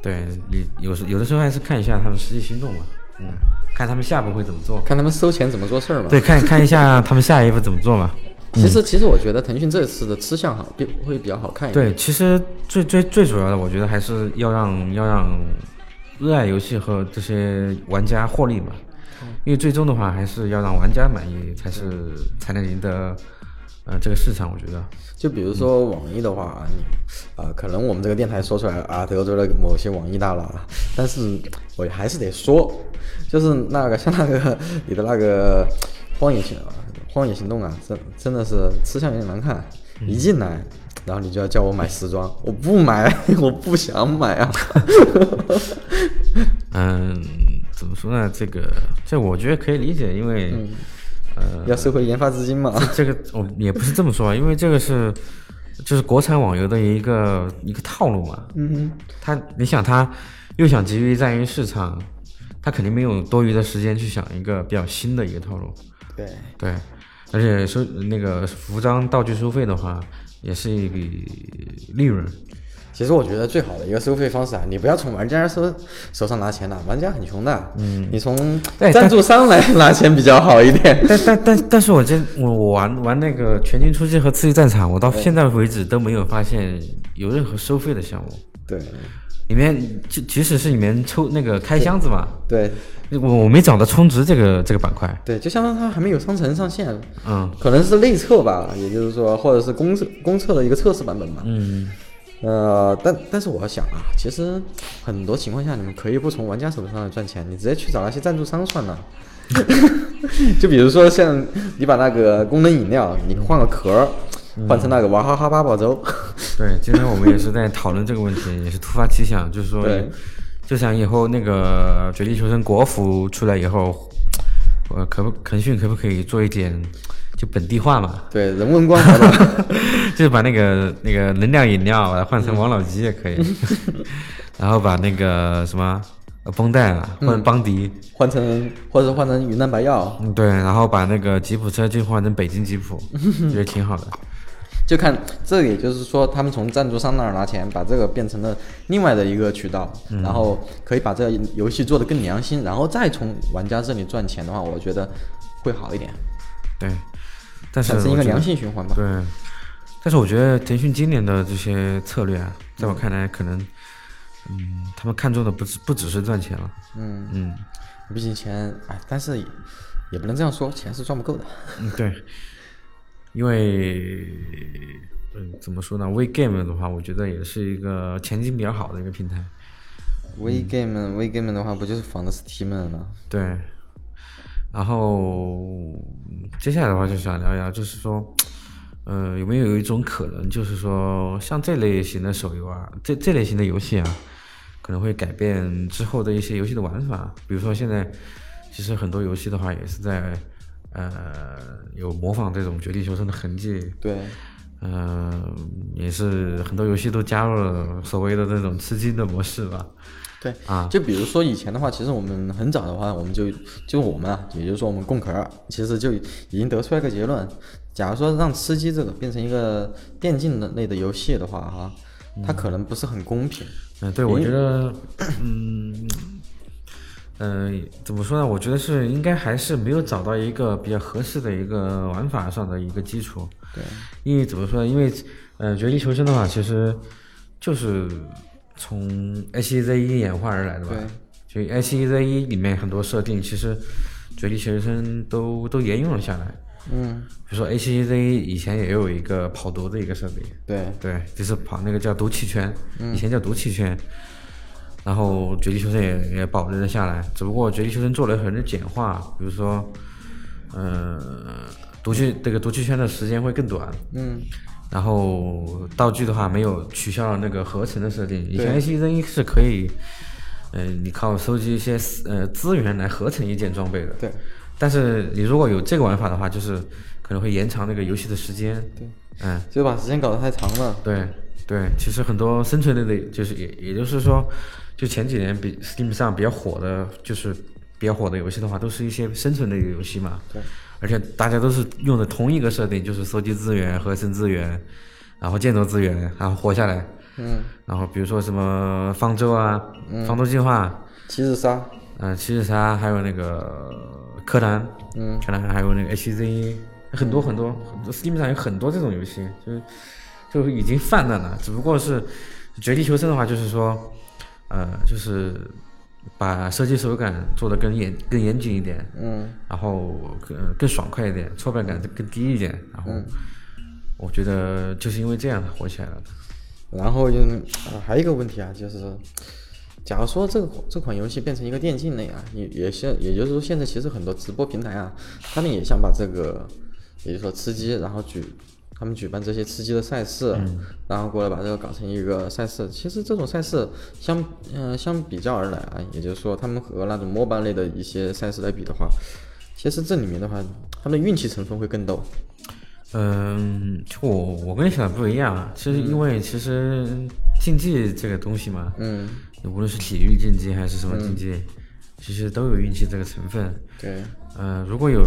A: 对你有时有的时候还是看一下他们实际行动嘛，嗯，看他们下一步会怎么做。
B: 看他们收钱怎么做事儿嘛。
A: 对，看看一下他们下一步怎么做嘛。
B: 其实其实我觉得腾讯这次的吃相好，比会比较好看一点。
A: 对，其实最最最主要的，我觉得还是要让要让热爱游戏和这些玩家获利嘛，因为最终的话还是要让玩家满意，才是才能赢得呃这个市场。我觉得，
B: 就比如说网易的话，你啊、可能我们这个电台说出来啊，得罪了某些网易大佬，啊，但是我还是得说，就是那个像那个 你的那个《荒野行荒野行动》啊，真真的是吃相有点难看，一进来。然后你就要叫我买时装，我不买， 我不想买啊！
A: 嗯，怎么说呢？这个这我觉得可以理解，因为、呃
B: 要收回研发资金嘛。
A: 这个我也不是这么说啊，因为这个是就是国产网游的一个一个套路嘛。
B: 嗯
A: 他你想他又想急于占据市场，他肯定没有多余的时间去想一个比较新的一个套路。
B: 哼，对，
A: 对，而且收那个服装道具收费的话，也是一笔利润。
B: 其实我觉得最好的一个收费方式啊，你不要从玩家手手上拿钱了，玩家很穷的，嗯，你从
A: 对
B: 赞助商 来拿钱比较好一点。
A: 但但但但是我真我我玩玩那个《全境出击》和《刺激战场》，我到现在为止都没有发现有任何收费的项目。
B: 对，
A: 里面就即使是里面抽那个开箱子嘛，
B: 对，
A: 我我没找到充值这个这个板块。
B: 对，就相当于它还没有商城上线，
A: 嗯，
B: 可能是内测吧，也就是说，或者是公测公测的一个测试版本嘛。
A: 嗯，
B: 呃，但但是我想啊，其实很多情况下，你们可以不从玩家手上赚钱，你直接去找那些赞助商算了。 就比如说像你把那个功能饮料，你换个壳儿，换成那个娃哈哈八宝粥，
A: 对，今天我们也是在讨论这个问题，也是突发奇想，就是说
B: 对，
A: 就想以后那个《绝地求生》国服出来以后，呃，可不腾讯可不可以做一点就本地化嘛？
B: 对，人文关怀的，
A: 就是把那个那个能量饮料把它换成王老吉也可以， 然后把那个什么呃绷带啊换成邦迪，
B: 换成或者换成云南白药，
A: 嗯，对，然后把那个吉普车进化成北京吉普，觉得挺好的。
B: 就看这个，也就是说，他们从赞助商那儿拿钱，把这个变成了另外的一个渠道，
A: 嗯
B: 然后可以把这个游戏做得更良心，然后再从玩家这里赚钱的话，我觉得会好一点，
A: 对，但是
B: 产生一
A: 我
B: 个
A: 觉得
B: 良性循环吧。
A: 对，但是我觉得腾讯今年的这些策略啊，在我看来，可能，嗯，他们看中的不只不只是赚钱了，
B: 嗯，
A: 嗯，
B: 毕竟钱，哎，但是也也不能这样说，钱是赚不够的。
A: 嗯对，因为，嗯，怎么说呢？We Game 的话，我觉得也是一个前景比较好的一个平台，嗯
B: V game V game 的话，不就是仿的 Steam 了吗？
A: 对。然后接下来的话就想聊一聊，就是说，呃，有没有一种可能，就是说，像这类型的手游啊，这这类型的游戏啊，可能会改变之后的一些游戏的玩法。比如说现在，其实很多游戏的话也是在，呃，有模仿这种《绝地求生》的痕迹。
B: 对，
A: 嗯、也是很多游戏都加入了所谓的这种吃鸡的模式吧。
B: 对
A: 啊
B: 就比如说以前的话，其实我们很早的话，我们就就我们啊，也就是说我们共壳儿，其实就已经得出来一个结论：假如说让吃鸡这个变成一个电竞的类的游戏的话，哈，它可能不是很公平。
A: 嗯，对，我觉得，嗯，呃，怎么说呢？我觉得是应该还是没有找到一个比较合适的一个玩法上的一个基础。
B: 对，
A: 因为怎么说呢？因为呃，绝地求生的话，其实就是从 SEZ 一演化而来的吧。所以 SEZ 一里面很多设定，其实绝地求生都都沿用了下来。
B: 嗯，
A: 比如说 SEZ 一以前也有一个跑毒的一个设定。
B: 对，
A: 对，就是跑那个叫毒气圈，以前叫毒气圈，然后绝地求生也也保留了下来，只不过绝地求生做了很多简化，比如说，嗯、毒气这个毒气圈的时间会更短，
B: 嗯，
A: 然后道具的话没有取消了那个合成的设定，以前
B: 对
A: A C 一是可以，嗯、你靠收集一些呃资源来合成一件装备的，
B: 对，
A: 但是你如果有这个玩法的话，就是可能会延长那个游戏的时间，对，嗯。
B: 就把时间搞得太长了。
A: 对，对，其实很多生存类的，就是也也就是说，就前几年比 Steam 上比较火的，就是比较火的游戏的话，都是一些生存类的游戏嘛。
B: 对。
A: 而且大家都是用的同一个设定，就是搜集资源、合成资源，然后建造资源，然后活下来。
B: 嗯，
A: 然后比如说什么方舟啊、方舟计划，
B: 七日杀，
A: 嗯、七日杀，还有那个柯南，
B: 嗯，
A: 柯南，还有那个 HZ，很 E，多很多很多 Steam 上有很多这种游戏，就是就已经泛滥了。只不过是绝地求生的话，就是说，呃，就是把射击手感做得更严更严谨一点，
B: 嗯，
A: 然后更更爽快一点，挫败感更低一点。然后我觉得就是因为这样它火起来了。
B: 然后就、呃、还有一个问题啊，就是假如说这个这款游戏变成一个电竞类啊，也也现也就是说现在其实很多直播平台啊，他们也想把这个，也就是说吃鸡，然后举。他们举办这些吃鸡的赛事，啊然后过来把这个搞成一个赛事。其实这种赛事相呃相比较而来啊，也就是说他们和那种 MOBA 类的一些赛事来比的话，其实这里面的话，他们的运气成分会更多。
A: 嗯，就我我跟你想的不一样啊，其实因为其实竞技这个东西嘛，
B: 嗯，
A: 无论是体育竞技还是什么竞技，其实都有运气这个成分。
B: 对，
A: 嗯、如果有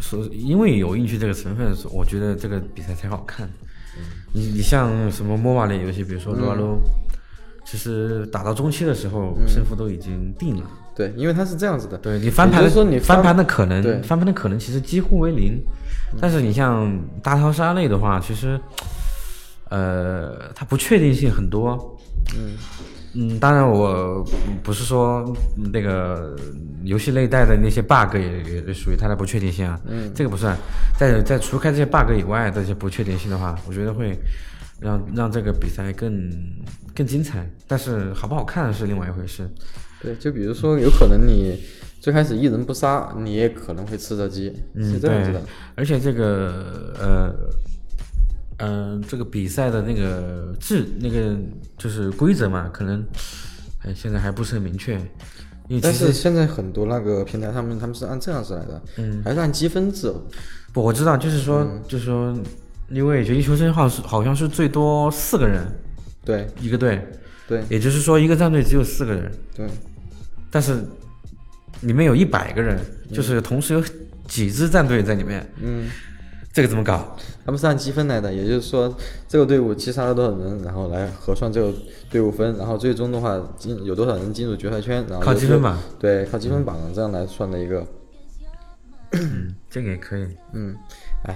A: 所因为有运气这个成分，所我觉得这个比赛才好看。你你像什么 MOBA 类游戏，比如说撸啊撸，其实打到中期的时候，胜负都已经定了。
B: 对，因为它是这样子的，
A: 对你翻盘的，
B: 也就是说你
A: 翻
B: 翻
A: 盘的可
B: 对嗯
A: 能，翻盘的可能其实几乎为零。但是你像大逃杀类的话，其实，呃，它不确定性很多。嗯嗯，当然我不是说那个游戏内带的那些 bug 也也属于它的不确定性啊。嗯，这个不算。在在除开这些 bug 以外的这些不确定性的话，我觉得会让让这个比赛更更精彩。但是好不好看是另外一回事。
B: 对，就比如说，有可能你最开始一人不杀，你也可能会吃着鸡，是
A: 嗯，
B: 这
A: 对，
B: 样子的。
A: 而且这个呃嗯、这个比赛的那个制那个就是规则嘛，可能哎现在还不是很明确，因为其
B: 但
A: 实
B: 是现在很多那个平台上面，他们是按这样子来的，嗯，还是按积分制。哦
A: 不我知道，就是说、
B: 嗯
A: 就是说，因为绝地求生好是好像是最多四个人
B: 对，
A: 一个队，
B: 对，
A: 也就是说一个战队只有四个人，
B: 对，
A: 但是里面有一百个人，就是同时有几支战队在里面，
B: 嗯，
A: 这个怎么搞？
B: 他们是按积分来的，也就是说，这个队伍击杀了多少人，然后来核算这个队伍分，然后最终的话进有多少人进入决赛圈，然后
A: 靠积分
B: 榜，
A: 榜
B: 对，靠积分榜这样来算的一个。
A: 嗯，这个也可以。
B: 嗯，哎，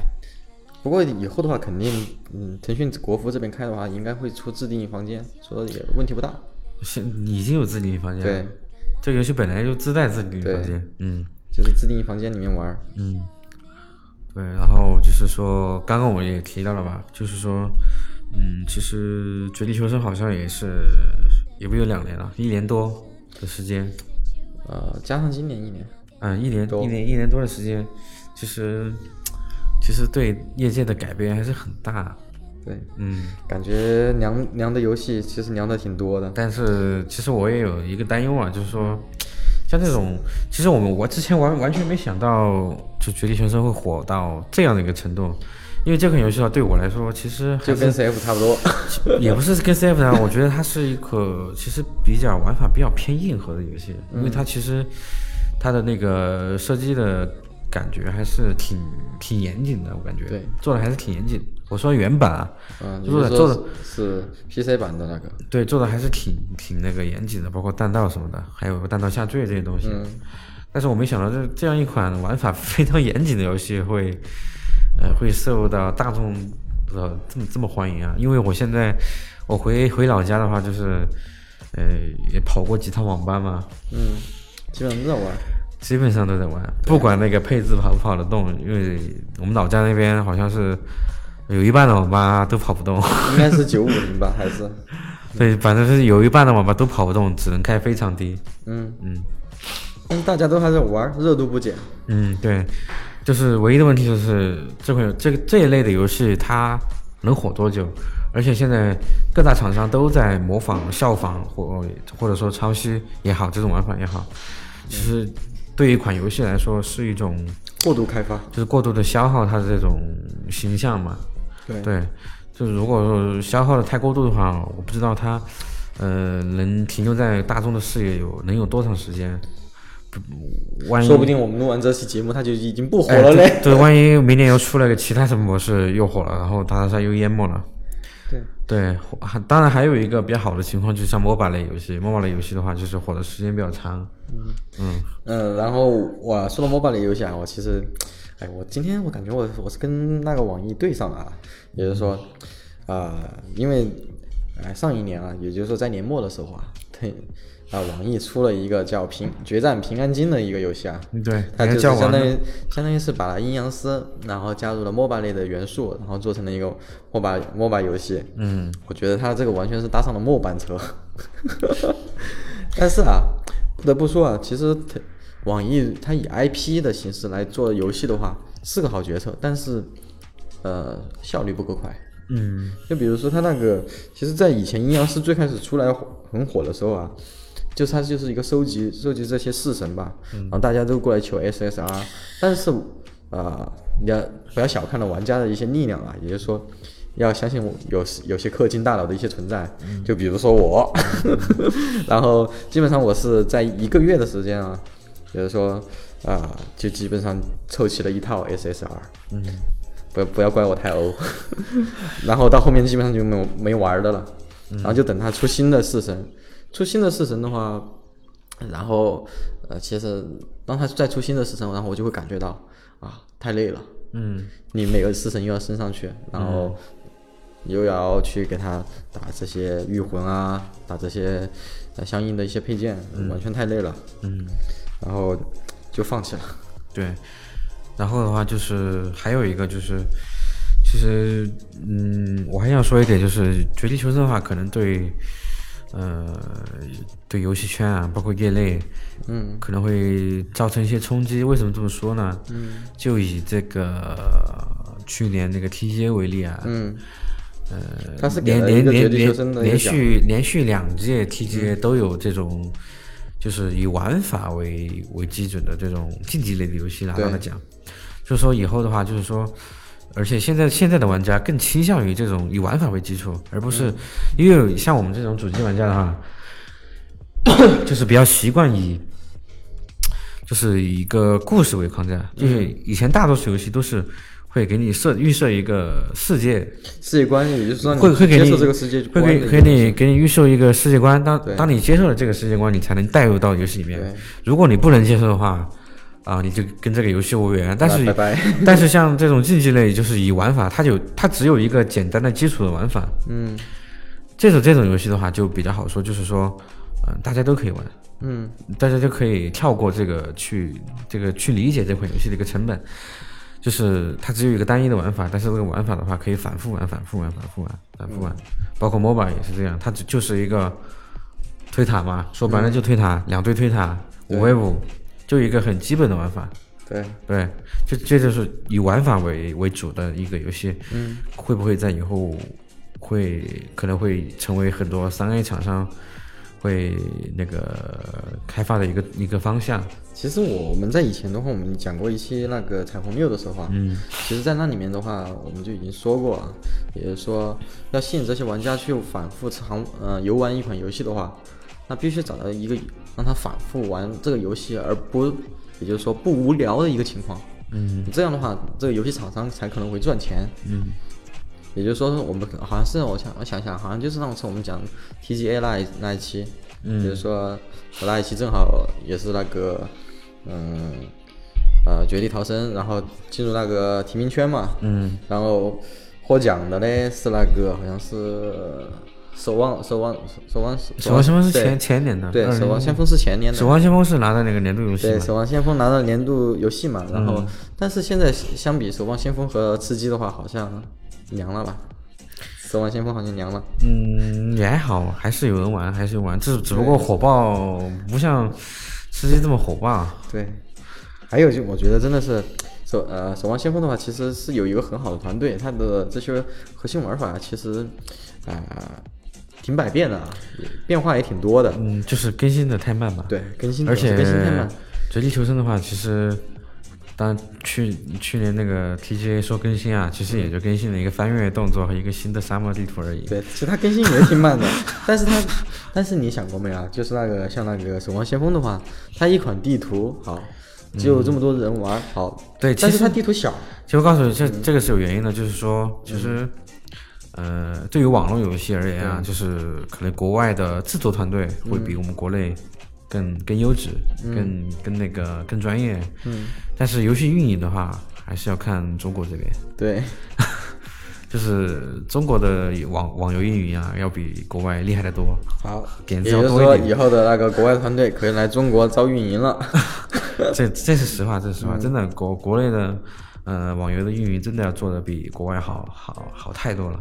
B: 不过以后的话，肯定，嗯，腾讯国服这边开的话，应该会出自定义房间，说也问题不大。
A: 现已经有自定义房间了，
B: 对，
A: 这个游戏本来就自带自定义房
B: 对
A: 间，嗯
B: 就是自定义房间里面玩儿。
A: 嗯，对。然后就是说，刚刚我也提到了吧，就是说，嗯，其实《绝地求生》好像也是也不有两年了，一年多的时间，
B: 呃，加上今年一年，
A: 嗯，一年
B: 多
A: 一年一年多的时间，其实其实对业界的改变还是很大，
B: 对，
A: 嗯。
B: 感觉娘娘的游戏其实娘的挺多的。
A: 但是其实我也有一个担忧啊，就是说，像这种，其实我们我之前完完全没想到，就《绝地求生》会火到这样的一个程度，因为这款游戏啊，对我来说，其实还
B: 就跟
A: 是
B: CF 差不 多，
A: 也不是跟 CF 啊，我觉得它是一个其实比较玩法比较偏硬核的游戏，因为它其实它的那个射击的感觉还是挺挺严谨的，我感觉
B: 对
A: 做的还是挺严谨。我说原版啊，
B: 嗯，就
A: 做
B: 是
A: 的做的
B: 说是是 PC 版的那个，
A: 对，做的还是挺挺那个严谨的，包括弹道什么的，还有弹道下坠这些东西。
B: 嗯
A: 但是我没想到这这样一款玩法非常严谨的游戏会， 呃，会受到大众的这么这么欢迎啊！因为我现在我回回老家的话，就是呃也跑过几趟网吧嘛，
B: 嗯，基本上都在玩儿。
A: 基本上都在玩，不管那个配置跑不跑得动，因为我们老家那边好像是有一半的网吧都跑不动。
B: 应该是九五零吧，还是，
A: 对，反正是有一半的网吧都跑不动，只能开非常低。
B: 嗯，
A: 嗯，
B: 但大家都还在玩儿，热度不减。
A: 嗯，对，就是唯一的问题就是这款这个这一类的游戏它能火多久？而且现在各大厂商都在模仿、效仿或或者说抄袭也好，这种玩法也好，其实对于一款游戏来说是一种
B: 过度开发，
A: 就是过度的消耗它的这种形象嘛。
B: 对
A: 对，就是如果说消耗的太过度的话，我不知道它，呃，能停留在大众的视野有能有多长时间？不，万一
B: 说不定我们录完这期节目，它就已经不火
A: 哎
B: 了嘞。
A: 对对，万一明年又出了个其他什么模式又火了，然后大逃杀又淹没了。
B: 对，
A: 对，火还当然还有一个比较好的情况，就像 MOBA 类游戏，MOBA 类游戏的话，就是火的时间比较长。嗯
B: 嗯，然后我说到 MOBA 类游戏啊，我其实，哎，我今天我感觉我我是跟那个网易对上了啊，也就是说，啊、因为哎上一年啊，也就是说在年末的时候啊，对，啊网易出了一个叫《平决战平安京》的一个游戏啊，
A: 嗯，对，
B: 它
A: 感觉
B: 就是
A: 叫玩
B: 相当
A: 的
B: 于相当于是把阴阳师，然后加入了 MOBA 类的元素，然后做成了一个 MOBA MOBA 游戏。
A: 嗯，
B: 我觉得它这个完全是搭上了 末班车。 但是啊，不得不说啊，其实它网易它以 IP 的形式来做游戏的话，是个好决策，但是呃效率不够快。
A: 嗯
B: 就比如说它那个，其实，在以前阴阳师最开始出来火很火的时候啊，就是它就是一个收集收集这些式神吧，然后大家都过来求 SSR，但是啊，你要不要小看了玩家的一些力量啊？也就是说，要相信我有有些氪金大佬的一些存在，就比如说我， 然后基本上我是在一个月的时间啊，也就是说啊，就基本上凑齐了一套 SSR。
A: 嗯，
B: 不不要怪我太欧，然后到后面基本上就没有没玩儿的了，然后就等他出新的式神，出新的式神的话，然后呃，其实当他再出新的式神，然后我就会感觉到啊，太累了，
A: 嗯
B: 你每个式神又要升上去，然后又要去给他打这些御魂啊，打这些呃相应的一些配件，完全太累了，
A: 嗯，
B: 然后就放弃了。
A: 对。然后的话就是还有一个就是，其实嗯，我还想说一点，就是《绝地求生》的话，可能对呃对游戏圈啊，包括业内，
B: 嗯
A: 可能会造成一些冲击。为什么这么说呢？
B: 嗯
A: 就以这个去年那个 TGA 为例啊，
B: 嗯，
A: 呃，
B: 他是给
A: 连
B: 了一
A: 连
B: 个绝
A: 连
B: 地求生
A: 连
B: 的一
A: 连
B: 个奖嗯
A: 续连续两届 TGA 都有这种，就是以玩法为为基准的这种竞技类的游戏拿到了
B: 对
A: 奖。就是说以后的话，就是说，而且现在现在的玩家更倾向于这种以玩法为基础，而不
B: 嗯
A: 是因为像我们这种主机玩家的话， 就是比较习惯以。就是以一个故事为框架，就是
B: 嗯
A: 以前大多数游戏都是会给你设预设一个世界，
B: 世界观也就是说
A: 会会给
B: 接
A: 你
B: 受这个世界
A: 会
B: 观的一
A: 给
B: 个
A: 给
B: 东西
A: 你给你预设一个世界观，当
B: 对
A: 当你接受了这个世界观，你才能带入到游戏里面
B: 对。
A: 如果你不能接受的话，啊，你就跟这个游戏无缘。但
B: 啊
A: 是
B: 拜拜。
A: 但是像这种竞技类，就是以玩法，它就它只有一个简单的基础的玩法。
B: 嗯
A: 这种这种游戏的话就比较好说，就是说，嗯、大家都可以玩，
B: 嗯
A: 大家就可以跳过这个去这个去理解这款游戏的一个成本。就是它只有一个单一的玩法，但是这个玩法的话可以反复玩、反复玩、反复玩、反复玩，包括 MOBA 也是这样，它只就是一个推塔嘛，说白了就推塔，两队推塔，五 v 五，就一个很基本的玩法。，
B: 对，
A: 对，这这就是以玩法为为主的一个游戏，
B: 嗯，
A: 会不会在以后会可能会成为很多三 A 厂商会那个开发的一个一个方向？
B: 其实我们在以前的话，我们讲过一期那个彩虹六的时候啊，
A: 嗯，
B: 其实，在那里面的话，我们就已经说过啊，也就是说，要吸引这些玩家去反复尝呃游玩一款游戏的话，那必须找到一个让他反复玩这个游戏而不，也就是说不无聊的一个情况。
A: 嗯，
B: 这样的话，这个游戏厂商才可能会赚钱。
A: 嗯，
B: 也就是说，我们好像是我想我想想，好像就是上次我们讲 TGA 那一那一期，
A: 嗯
B: 比如说我那一期正好也是那个，嗯，呃，绝地逃生，然后进入那个提名圈嘛，
A: 嗯，
B: 然后获奖的嘞是那个好像是呃守望守望守望
A: 守望先锋是
B: 对
A: 前前年的，
B: 对，守望先锋是前年的，
A: 守望先锋是拿到那个年度游戏
B: 对，
A: 嘛？嗯
B: 守望先锋拿到年度游戏嘛，然后、但是现在相比守望先锋和吃鸡的话，好像凉了吧？守望先锋好像凉了。
A: 嗯，也还好，还是有人玩，还是有人玩，只只不过火爆不像吃鸡这么火爆。
B: 对，还有就我觉得真的是守呃守望先锋的话，其实是有一个很好的团队，它的这些核心玩法其实啊、挺百变的，啊，也变化也挺多的。
A: 嗯，就是更新的太慢吧。
B: 对，更新
A: 而且
B: 更新太慢。
A: 绝地求生的话，其实当然去去年那个 TGA 说更新啊，其实也就更新了一个翻越动作和一个新的沙漠地图而已。
B: 对，其实它更新也是挺慢的，但是它，但是你想过没有啊？就是那个像那个《守望先锋》的话，它一款地图好，只有这么多人玩、好，
A: 嗯对
B: 但
A: 其实
B: 是它地图小，
A: 其实我告诉你，这这个是有原因的，就是说，其实，呃，对于网络游戏而言啊，就是可能国外的制作团队会比我们国内更更优质、更更那个更专业。嗯。但是游戏运营的话，还是要看中国这边，
B: 对，
A: 就是中国的网网游运营啊，要比国外厉害得多。
B: 好，也
A: 点子
B: 就
A: 要
B: 是
A: 多一
B: 说
A: 点
B: 以后的那个国外团队可以来中国招运营了，
A: 这这是实话，这是实话，真的国国内的，呃，网游的运营真的要做的比国外好好好太多了。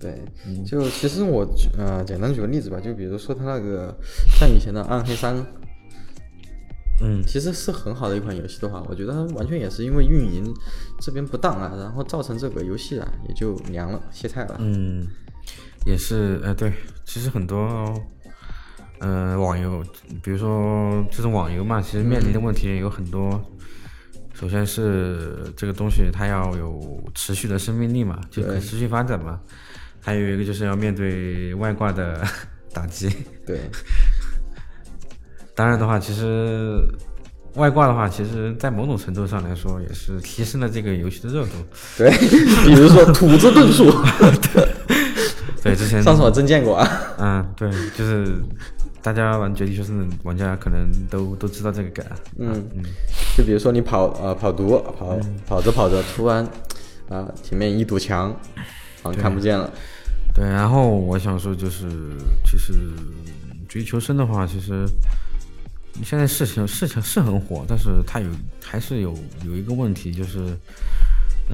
B: 对，就其实我举呃简单举个例子吧，就比如说它那个像以前的《暗黑三》，
A: 嗯，
B: 其实是很好的一款游戏的话，我觉得它完全也是因为运营这边不当啊，然后造成这个游戏啊也就凉了，歇菜了。
A: 嗯，也是，呃，对，其实很多，呃，网游，比如说这种网游嘛，其实面临的问题有很多。首先是这个东西它要有持续的生命力嘛，就可持续发展嘛。还有一个就是要面对外挂的打击。
B: 对，
A: 当然的话，其实外挂的话，其实在某种程度上来说，也是提升了这个游戏的热度。
B: 对，比如说土之遁术，
A: 对， 之前
B: 上次我真见过啊。
A: 嗯，对，就是大家玩《绝地求生》的玩家可能都都知道这个梗啊。
B: 嗯，就比如说你跑呃跑毒跑跑着跑着，突然啊、前面一堵墙，啊看不见了。
A: 对，然后我想说就是，其实《绝地求生》的话，其实现在是挺是挺是很火，但是它有还是有有一个问题，就是，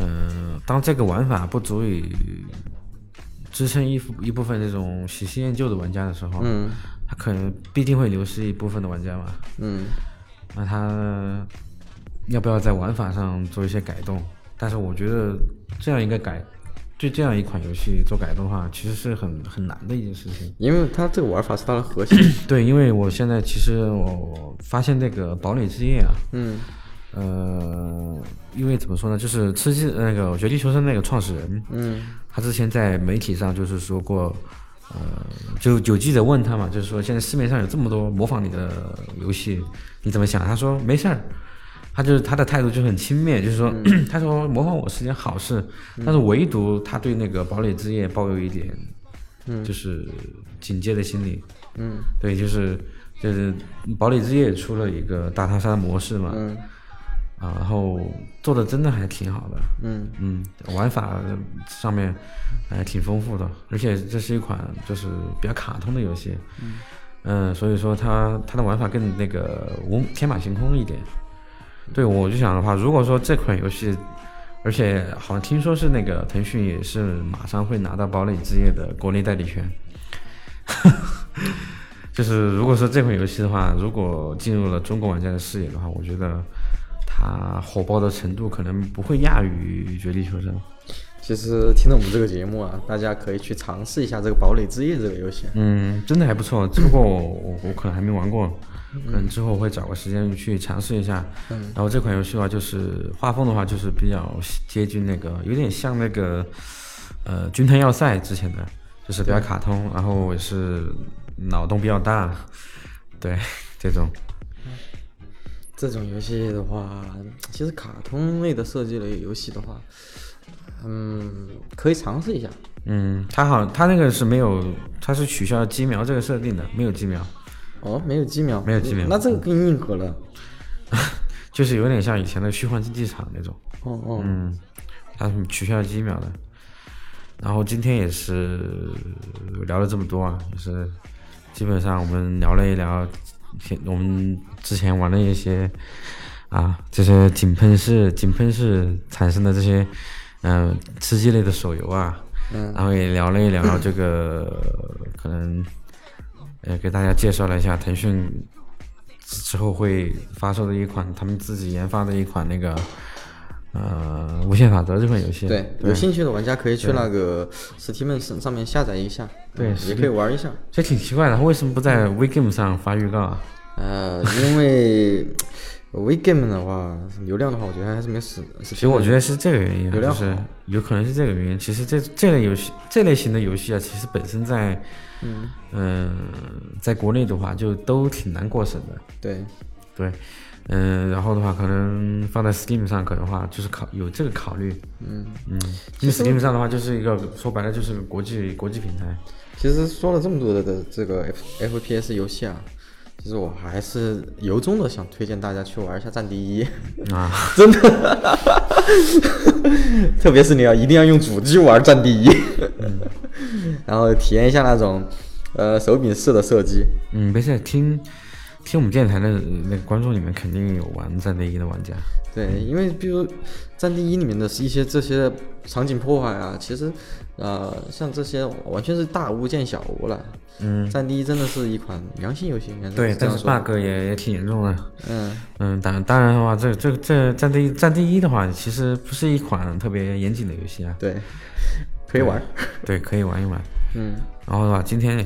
A: 嗯、当这个玩法不足以支撑一部一部分这种喜新厌旧的玩家的时候，
B: 嗯
A: 他可能必定会流失一部分的玩家嘛。
B: 嗯，
A: 那他要不要在玩法上做一些改动？但是我觉得这样一个改，对这样一款游戏做改动的话，其实是很很难的一件事情。
B: 因为它这个玩法是它的核心。
A: 对，因为我现在其实我发现这个《堡垒之夜》啊，
B: 嗯
A: 呃，因为怎么说呢，就是吃鸡那个《绝地求生》那个创始人，
B: 嗯
A: 他之前在媒体上就是说过，呃，就有记者问他嘛，就是说现在市面上有这么多模仿你的游戏，你怎么想？他说没事儿，他就是他的态度就很轻蔑，就是说、 他说模仿我是件好事，但是唯独他对那个堡垒之夜抱有一点，就是警戒的心理，
B: 嗯
A: 对，就是就是堡垒之夜出了一个大逃杀模式嘛，
B: 嗯
A: 啊，然后做的真的还挺好的，
B: 嗯
A: 嗯，玩法上面还挺丰富的，而且这是一款就是比较卡通的游戏，嗯，所以说它它的玩法更那个无天马行空一点。对，我就想的话，如果说这款游戏，而且好像听说是那个腾讯也是马上会拿到《堡垒之夜》的国内代理权， 就是如果说这款游戏的话，如果进入了中国玩家的视野的话，我觉得它火爆的程度可能不会亚于《绝地求生》。
B: 其实听了我们这个节目啊，大家可以去尝试一下这个《堡垒之夜》这个游戏。
A: 嗯，真的还不错，只不过我我我可能还没玩过，可能之后会找个时间去尝试一下。然后这款游戏的话，就是画风的话，就是比较接近那个，有点像那个呃《军团要塞》之前的，就是比较卡通，然后也是脑洞比较大，对 这种。
B: 这种游戏的话，其实卡通类的设计类游戏的话，嗯，可以尝试一下。
A: 嗯，它好，它那个是没有，它是取消了鸡苗这个设定的，没有鸡苗，
B: 哦，没有几秒，
A: 没有几秒
B: 那这个更硬核了。
A: 就是有点像以前的虚幻竞技场那种。
B: 哦哦，
A: 嗯，他是取消了几秒的。然后今天也是聊了这么多啊，也是基本上我们聊了一聊，前我们之前玩的一些啊，这些井喷式井喷式产生的这些嗯、呃吃鸡类的手游啊，
B: 嗯
A: 然后也聊了一聊这个可能呃给大家介绍了一下腾讯之后会发售的一款他们自己研发的一款那个呃《无限法则》这款游戏。
B: 对，有兴趣的玩家可以去那个呃 Steam 上上面下载一下，
A: 对
B: 嗯也
A: ，Steam
B: 可以玩一下。嗯
A: 这挺奇怪的，他为什么不在 WeGame 上发预告啊？
B: 呃，因为 WeGame 的话，流量的话，我觉得还是没死。其
A: 其实我觉得是这个原因啊，
B: 流量
A: 就是
B: 好
A: 有可能是这个原因。其实这这类游戏，这类型的游戏啊，其实本身在，嗯、在国内的话就都挺难过审的。
B: 对，
A: 对，嗯、然后的话，可能放在 Steam 上，可能的话就是考有这个考虑。
B: 嗯
A: 嗯，因为 Steam 上的话就是一个说白了就是个国际国际平台。
B: 其实说了这么多的的这个 F FPS 游戏啊，其实我还是由衷的想推荐大家去玩一下《战地一》
A: 啊，
B: 真的，特别是你要一定要用主机玩《战地一》 然后体验一下那种呃手柄式的射击。
A: 嗯，没事，听听我们电台的那个观众里面肯定有玩战队一的玩家。
B: 对，因为比如《战地一》里面的一些这些场景破坏啊，其实呃像这些完全是大巫见小巫了。
A: 嗯，
B: 《战地一》真的是一款良心游戏，应该是
A: 对，
B: 这
A: 但
B: 样
A: 是
B: 说。
A: bug 也也挺严重的。
B: 嗯，
A: 嗯，当当然的话，这这这战地战地一的话，其实不是一款特别严谨的游戏啊。
B: 对，可以玩儿。
A: 对，可以玩一玩。
B: 嗯，
A: 然后的话，今天也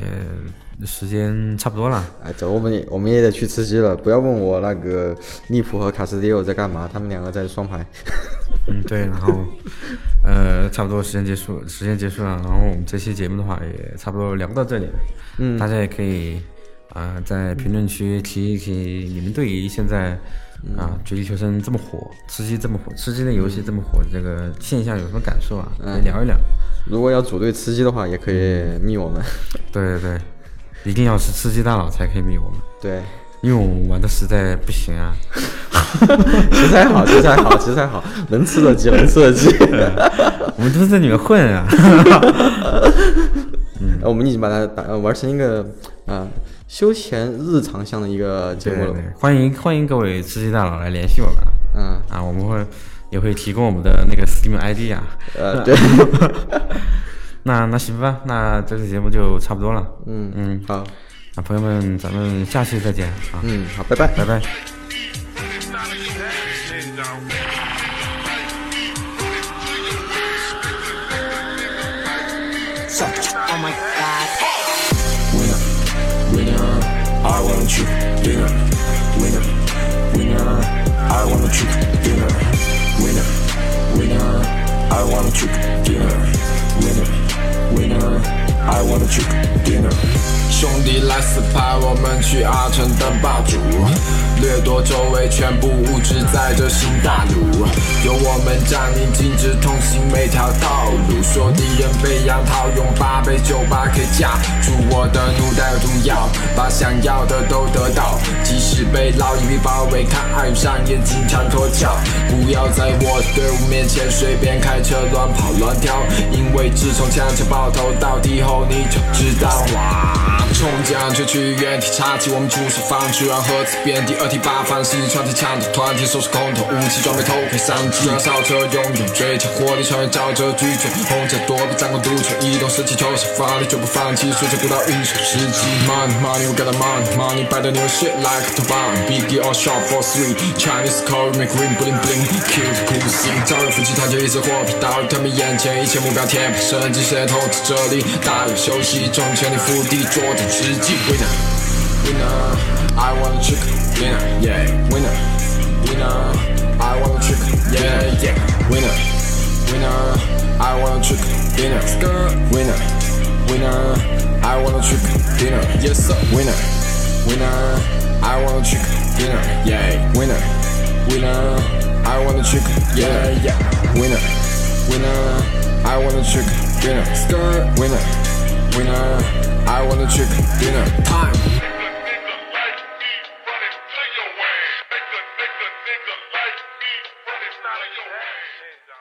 A: 时间差不多了。
B: 哎，走，我们也我们也得去吃鸡了。不要问我那个利普和卡斯蒂奥在干嘛，他们两个在双排。
A: 嗯，对，然后呃，差不多时间结束，时间结束了。然后我们这期节目的话，也差不多聊到这里了。嗯，大家也可以啊、呃在评论区提一提你们对于现在啊、绝地求生这么火，吃鸡这么火，吃鸡的游戏这么火，这个现象有什么感受啊？来聊一聊。
B: 如果要组队吃鸡的话，也可以密我们。
A: 对对对，一定要是吃鸡大佬才可以迷我们，
B: 对，
A: 因为我们玩的实在不行啊。
B: 题材好，题材好，题材好，能吃的鸡，能吃的鸡。
A: 我们都是在里面混啊。
B: 哎我们已经把它打呃玩成一个呃休闲日常向的一个节
A: 对
B: 目
A: 对
B: 了。
A: 对，欢迎欢迎各位吃鸡大佬来联系我们啊。
B: 嗯，
A: 啊，我们会也会提供我们的那个 Steam ID 啊。
B: 呃，对，
A: 那那行吧，那这期节目就差不多了。
B: 嗯
A: 嗯，
B: 好，
A: 啊，朋友们，咱们下期再见啊，
B: 嗯，好，拜拜。
A: 拜拜。
C: Oh my god.
D: I want you, winner, winner, winner. I want you, winner, winner, winner. I want you, winner, winner, winner. I want you, winner.
E: 兄弟来四排，我们去阿城当霸主，掠夺周围全部物质，在这新大陆，有我们占领，禁止通行每条道路。说敌人被杨桃用八杯酒吧 K 架住我的怒带有毒药，把想要的都得到，即使被老一辈包围，看爱与善也经常脱壳。不要在我队伍面前随便开车乱跑乱跳，因为自从枪枪爆头到地后，你就知道。冲将就去原地插旗，我们出手方居然核子遍地，二踢八方，信息全体抢夺团体，手持空投，武器装备偷窥商机，燃烧车拥有追求活力，穿越沼泽巨泉，红甲躲避战国独权，移动神奇球下发力，绝不放弃，数着不到运气时机，money money we got the money money buy the new shit like the bomb, big deal on shot for three, Chinese Korean green bling bling cute cool scene，朝阳夫妻他就一直货币，打入他们眼前，一切目标天平，神经线透支这里，大有休息，挣钱的腹地，坐等时机，winner。Winner, I want a chick, winner, yeah. Winner, winner, I want a chick, yeah, yeah. Winner, winner, I want a chick, winner, skirt. Winner, winner, I want a chick, winner, yes sir. Winner, winner, I want a chick, winner, yeah. Winner, winner, I want a chick, yeah, yeah. Winner, winner, I want a chick, winner, skirt. Winner, winner, I want a chick, winner. Time.
F: Make a nigga like me run it out of your way.